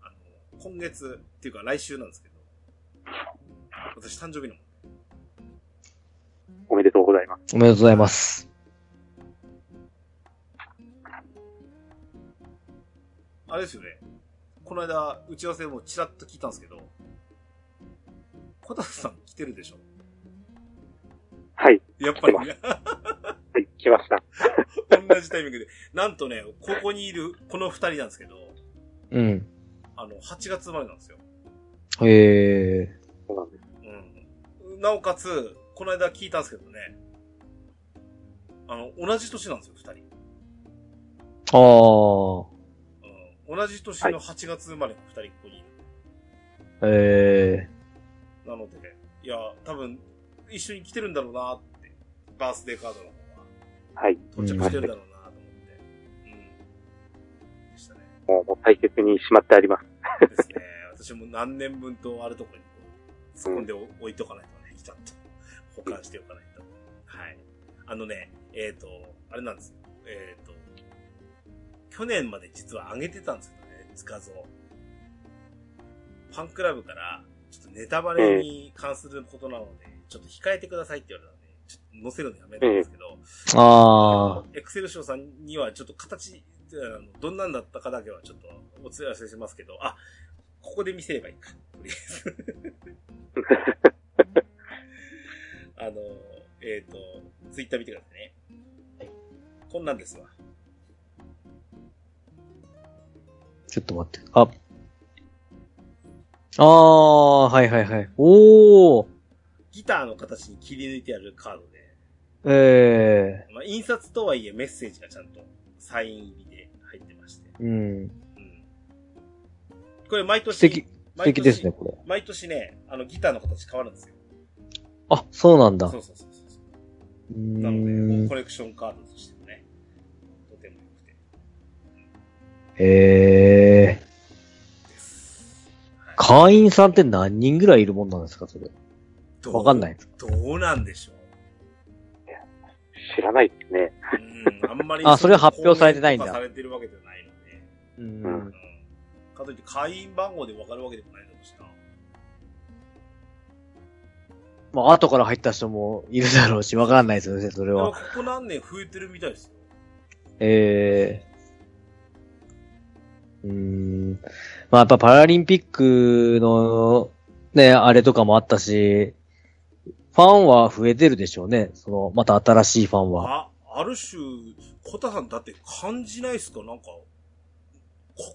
あのー、今月っていうか来週なんですけど、私誕生日のもん
おめでとうございます。
おめでとうございます。
あれですよね。この間、打ち合わせもちらっと聞いたんですけど、小田さん来てるでしょ
はい。
やっぱり、
来
ね、
はい、来ました。
同じタイミングで。なんとね、ここにいる、この二人なんですけど、
うん。
あの、8月生まれなんですよ。
へえ。
そうなんです。
うん。なおかつ、この間聞いたんですけどね、あの、同じ年なんですよ、二人。
ああ。
うん。同じ年の8月生まれの二人、ここにいる。
ええ。
なので、いや、多分、一緒に来てるんだろうなって、バースデーカードの方は。
はい。
到着してるんだろうなと思って。うん。でしたね。
もうもう大切にしまってあります。
ですね。私も何年分とあるところにこう突っ込んでお置いとかないとね、ちゃんと保管しておかないと。はい。あのね、えっ、と、あれなんですよ。えっ、と、去年まで実は上げてたんですけどね、画像。ファンクラブから、ちょっとネタバレに関することなので、ちょっと控えてくださいって言われたので、ちょっと載せるのやめたんですけど、
ああ。
エクセル賞さんにはちょっと形、あのどんなんだったかだけはちょっとお知らせしますけど、あ、ここで見せればいいか、とりあえず。 あの、えっ、と、ツイッター見てくださいね。こんなんですわ。
ちょっと待って。あ。ああ、はいはいはい。おお。
ギターの形に切り抜いてあるカードで、
え
まあ、印刷とはいえメッセージがちゃんとサイン入りで入ってまして。
え。うん。
うん。これ毎年、
素敵、素
毎
敵
年
ですね、。これ。
毎年ね、あのギターの形変わるんですよ。
あ、そうなんだ。
そううそうそうそう。
ー
なので、
ん
もう。コレクションカードとしてもね、とても良くて
ええ。
です。。
会員さんって何人ぐらいいるもんなんですか、それ。わかんないい。
どうなんでしょう。
知らないですね。
うん、あんまり。
あそれは発表されてないんだ
公言とかされてるわけじゃないので。
う
うんん。。かといって会員番号でわかるわけでもないだろうしな。
まあ、後から入った人もいるだろうし、わからないですよね、それ
でも
は。
ここ何年増えてるみたいですよ。
ええうーん。まあ、やっぱパラリンピックの、ね、あれとかもあったし、ファンは増えてるでしょうね。その、また新しいファンは。
あ、ある種、コタさんだって感じないっすかなんか、こ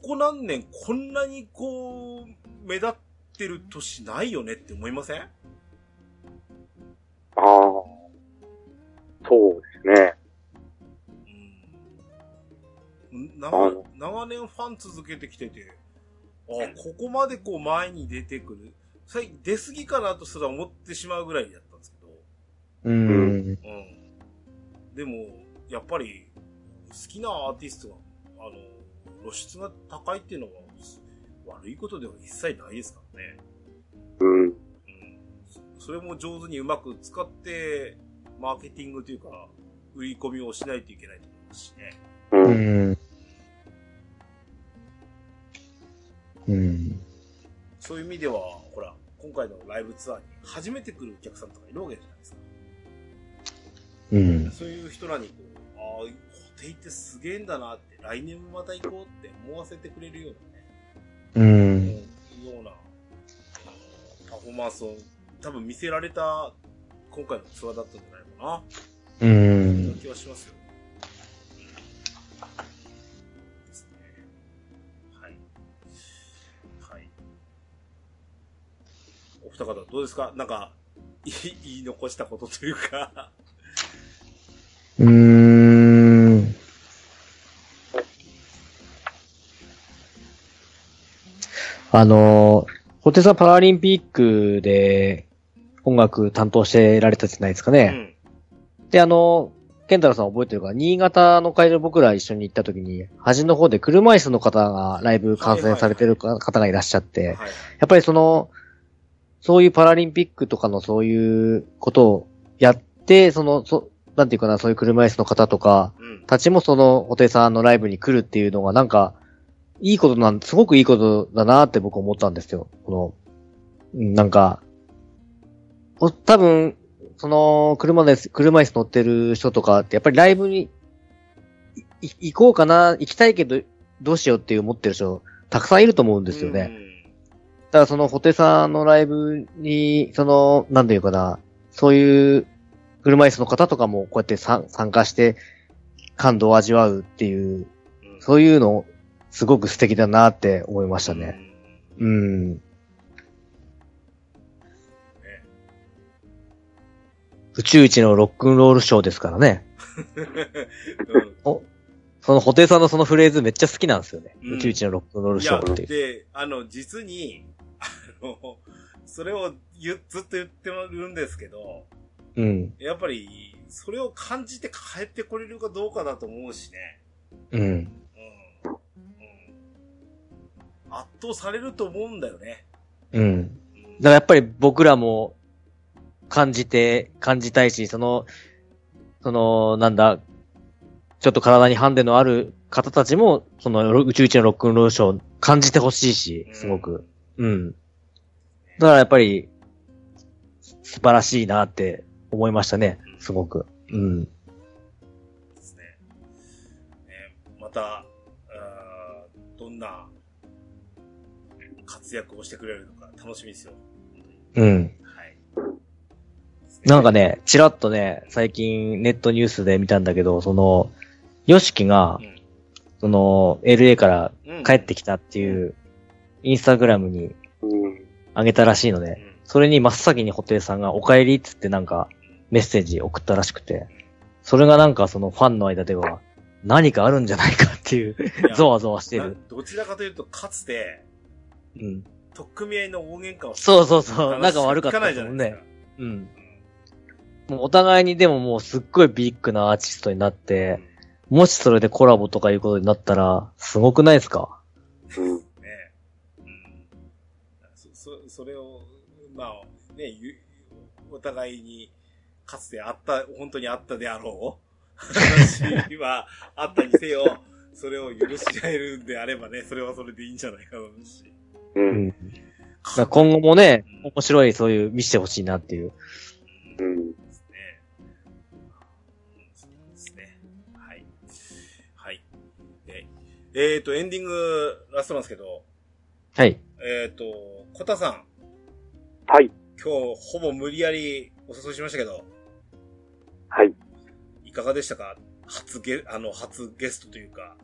こ何年こんなにこう、目立ってる年ないよねって思いません
ああ。そうですね。
うん
あ
長
の
長年ファン続けてきてて、あここまでこう前に出てくる。最近出過ぎかなとすら思ってしまうぐらいだったんですけ
うーん。
ど、うん。でも、やっぱり、好きなアーティストが、あの、露出が高いっていうのは、悪いことでは一切ないですからね。
うん。
うんそれも上手にうまく使って、マーケティングというか、売り込みをしないといけないと思いますしね。
う。
うんん。うん。
そういう意味では、ほら、今回のライブツアーに初めて来るお客さんとかいるわけじゃないですか。
うん。
そういう人らにこう、ああ、固定ってすげえんだなって、来年もまた行こうって思わせてくれるようなね、
うん。
ような、パフォーマンスを多分見せられた今回のツアーだったんじゃないかな。
う。
そんなん気はしますよ。ですね。はい。はい。お二方どうですかなんか、い言い残したことというか。
うーん。あの、ホテさんパラリンピックで音楽担当してられたじゃないですか
う
ね。
ん。
で、あの、ケンタロウさん覚えてるか新潟の会場僕ら一緒に行った時に、端の方で車椅子の方がライブ観戦されてるか方がいらっしゃって、
はいはい。
やっぱりその、そういうパラリンピックとかのそういうことをやって、その、そ、なんていうかな、そういう車椅子の方とか、
うん。
たちもその、お手さんのライブに来るっていうのがなんか、いいことなん、すごくいいことだなって僕思ったんですよ。この、うんなんか、お多分、その、車です、車椅子乗ってる人とかって、やっぱりライブに、いい行こうかな、行きたいけど、どうしようっていう思ってる人、たくさんいると思うんですよね。ただその、ホテさんのライブに、その、なんていうかな、そういう、車椅子の方とかもこうやって参参加して、感動を味わうっていう、
うん。うん。
そういうの、すごく素敵だなって思いましたね。
うん。
うん。宇宙一のロックンロールショーですからね。
う
その、ホテさんのそのフレーズめっちゃ好きなんですよね。
うん
宇宙一のロックンロー
ん
ル
い
シ
や
ョーって、いう。
で、あの、実に、あの、それを言うずっと言ってるんですけど、
うん。
やっぱり、それを感じて帰ってこれるかどうかだと思うしね。
うん。
うん。うん。圧倒されると思うんだよね。
うん。
うん
だからやっぱり僕らも感じて、感じたいし、その、その、なんだ、ちょっと体にハンデのある方たちも、そのロ宇宙一のロックンロールショーを感じてほしいし、すごく。うん。だからやっぱり、素晴らしいなって思いましたね、すごく。うん。
ですね。ねまた、あーどんな活躍をしてくれるのか楽しみですよ。本当に
うん。
はい。
なんかね、ちらっとね、最近ネットニュースで見たんだけど、その、ヨシキが、
うん
その、LA から
うん、
帰ってきたっていう、インスタグラムに
うん。
上げたらしいの
う
で、
ん
それに真っ先にホテイさんがお帰りっつってなんかメッセージ送ったらしくて、それがなんかそのファンの間では何かあるんじゃないかっていう、
いや
ゾワゾワして
な
る。
どちらかというと、かつて、
うん。
取っ組み合いの大喧嘩を
そうそうそう、
話
仲悪かった
聞ない
で
じ
す
ゃ
も
なんいです
ね
か。。
うん。もうお互いにでももうすっごいビッグなアーティストになって、もしそれでコラボとかいうことになったら、すごくないですか
うん。
ねうん。そ、そ、それを、まあ、ね、ゆお互いに、かつてあった、本当にあったであろう話はあったにせよ、それを許し合えるんであればね、それはそれでいいんじゃないかと思うし。
うん。
だから今後もね、面白いそういう見せてほしいなっていう。
うん。
ですね。うんそうですね。はい。はい。ええーと、エンディング、ラストなんですけど、
はい。
えっ、と、コタさん、
はい。
今日ほぼ無理やりお誘いしましたけど、
はい。
いかがでしたか初ゲ、あの、初ゲストというか、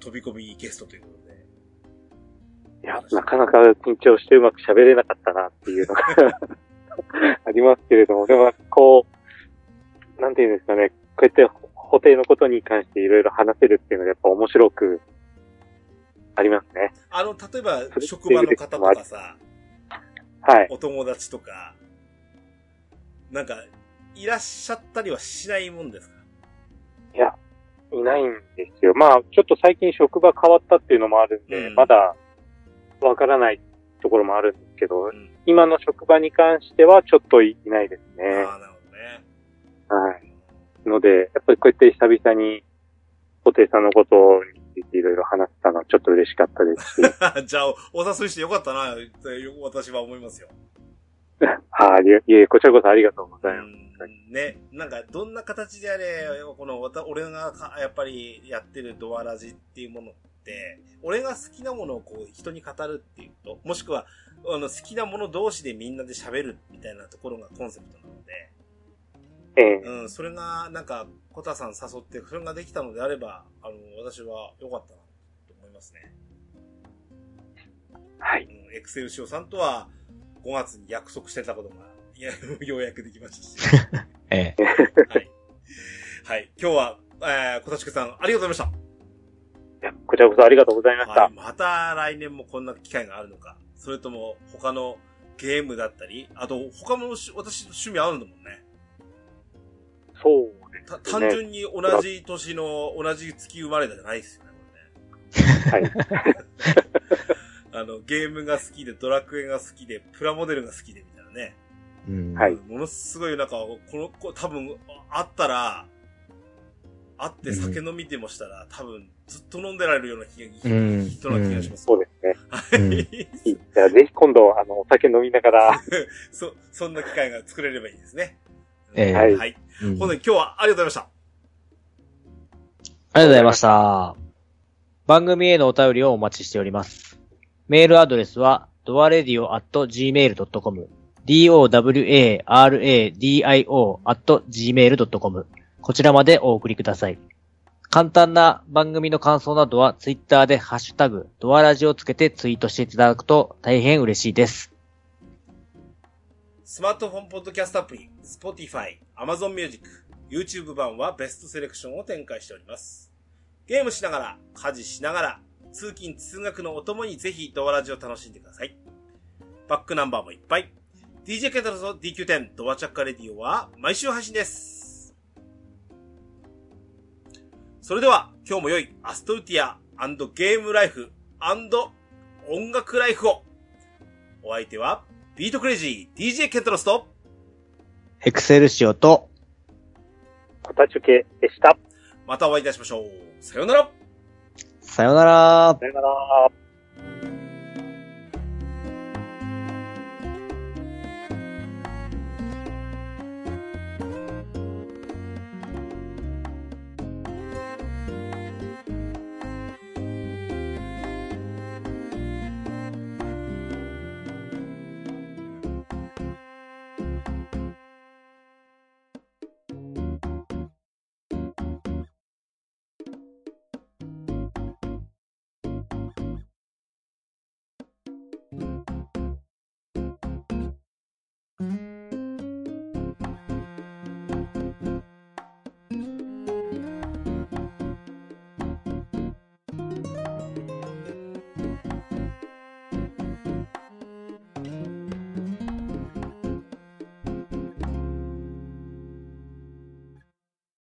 飛び込みゲストということで。
いや、なかなか緊張してうまく喋れなかったなっていうのが ありますけれども、でもこう、なんていうんですかね、こうやって補定のことに関していろいろ話せるっていうのがやっぱ面白くありますね。
あの、例えば、職場の方とかさ、
はい。
お友達とか、なんか、いらっしゃったりはしないもんですか
いや、いないんですよ。まあ、ちょっと最近職場変わったっていうのもあるんで、
うん
まだわからないところもあるんですけど、
ん
今の職場に関してはちょっといないですね。
ああ、なるほどね。
はい。ので、やっぱりこうやって久々に、布袋さんのことについていろいろ話したので、ちょっと嬉しかったで すし、
じゃあ、お誘いしてよかったな、ってよ私は思いますよ。
はい、いえ、こちらこそありがとうございます。
うんね、なんか、どんな形であれ、この、わた、俺がか、やっぱりやってるドアラジっていうものって、俺が好きなものをこう、人に語るっていうと、もしくは、あの、好きなもの同士でみんなで喋るみたいなところがコンセプトなので、
ええ
うん、それが、なんか、コタさん誘って、それができたのであれば、あの、私は良かったな、と思いますね。
はい。
うんエクセルシオさんとは5月に約束してたことが、いやようやくできましたし。
ええ。
はい。はい。今日は、えー、小田宿さん、ありがとうございまし
こちらこそありがとうございま
た。
した。
はいまた来年もこんな機会があるのか、それとも他のゲームだったり、あと他もし私の趣味あるんだもんね。
そうです
た
ね。
単純に同じ年の、同じ月生まれたじゃないですよね、これね。
はい。
あの、ゲームが好きで、ドラクエが好きで、プラモデルが好きで、みたいなね。
うん。
はい
ものすごい、なんか、この子、多分、あったら、会って酒飲みてもしたら、多分、ずっと飲んでられるような気が、
うん
人な気がします。
そうですね。
う
は
ん
い。
いいじゃあぜひ今度、あの、お酒飲みながら、
そ、そんな機会が作れればいいですね。
ええ
はい。はい。
うん
本当に今日はありがとうございま
ありがとうございました。番組へのお便りをお待ちしております。メールアドレスは、doaradio.gmail.com、dowaradio.gmail.com、こちらまでお送りください。簡単な番組の感想などは、ツイッターでハッシュタグ、ドアラジをつけてツイートしていただくと大変嬉しいです。
した。スマートフォンポッドキャストアプリ、Spotify、Amazon Music、YouTube 版はベストセレクションを展開しております。ゲームしながら、家事しながら、通勤通学のお供にぜひドアラジを楽しんでください。バックナンバーもいっぱい。DJ ケンタロスの DQ10 ドアチャッカレディオは毎週配信です。それでは今日も良いアストルティアゲームライフ音楽ライフを。お相手はビートクレイジー DJ ケンタロスと
エクセルシオと、
こたちゅけでした。
またお会いいたしましょう。さようなら
さよなら。
さよなら。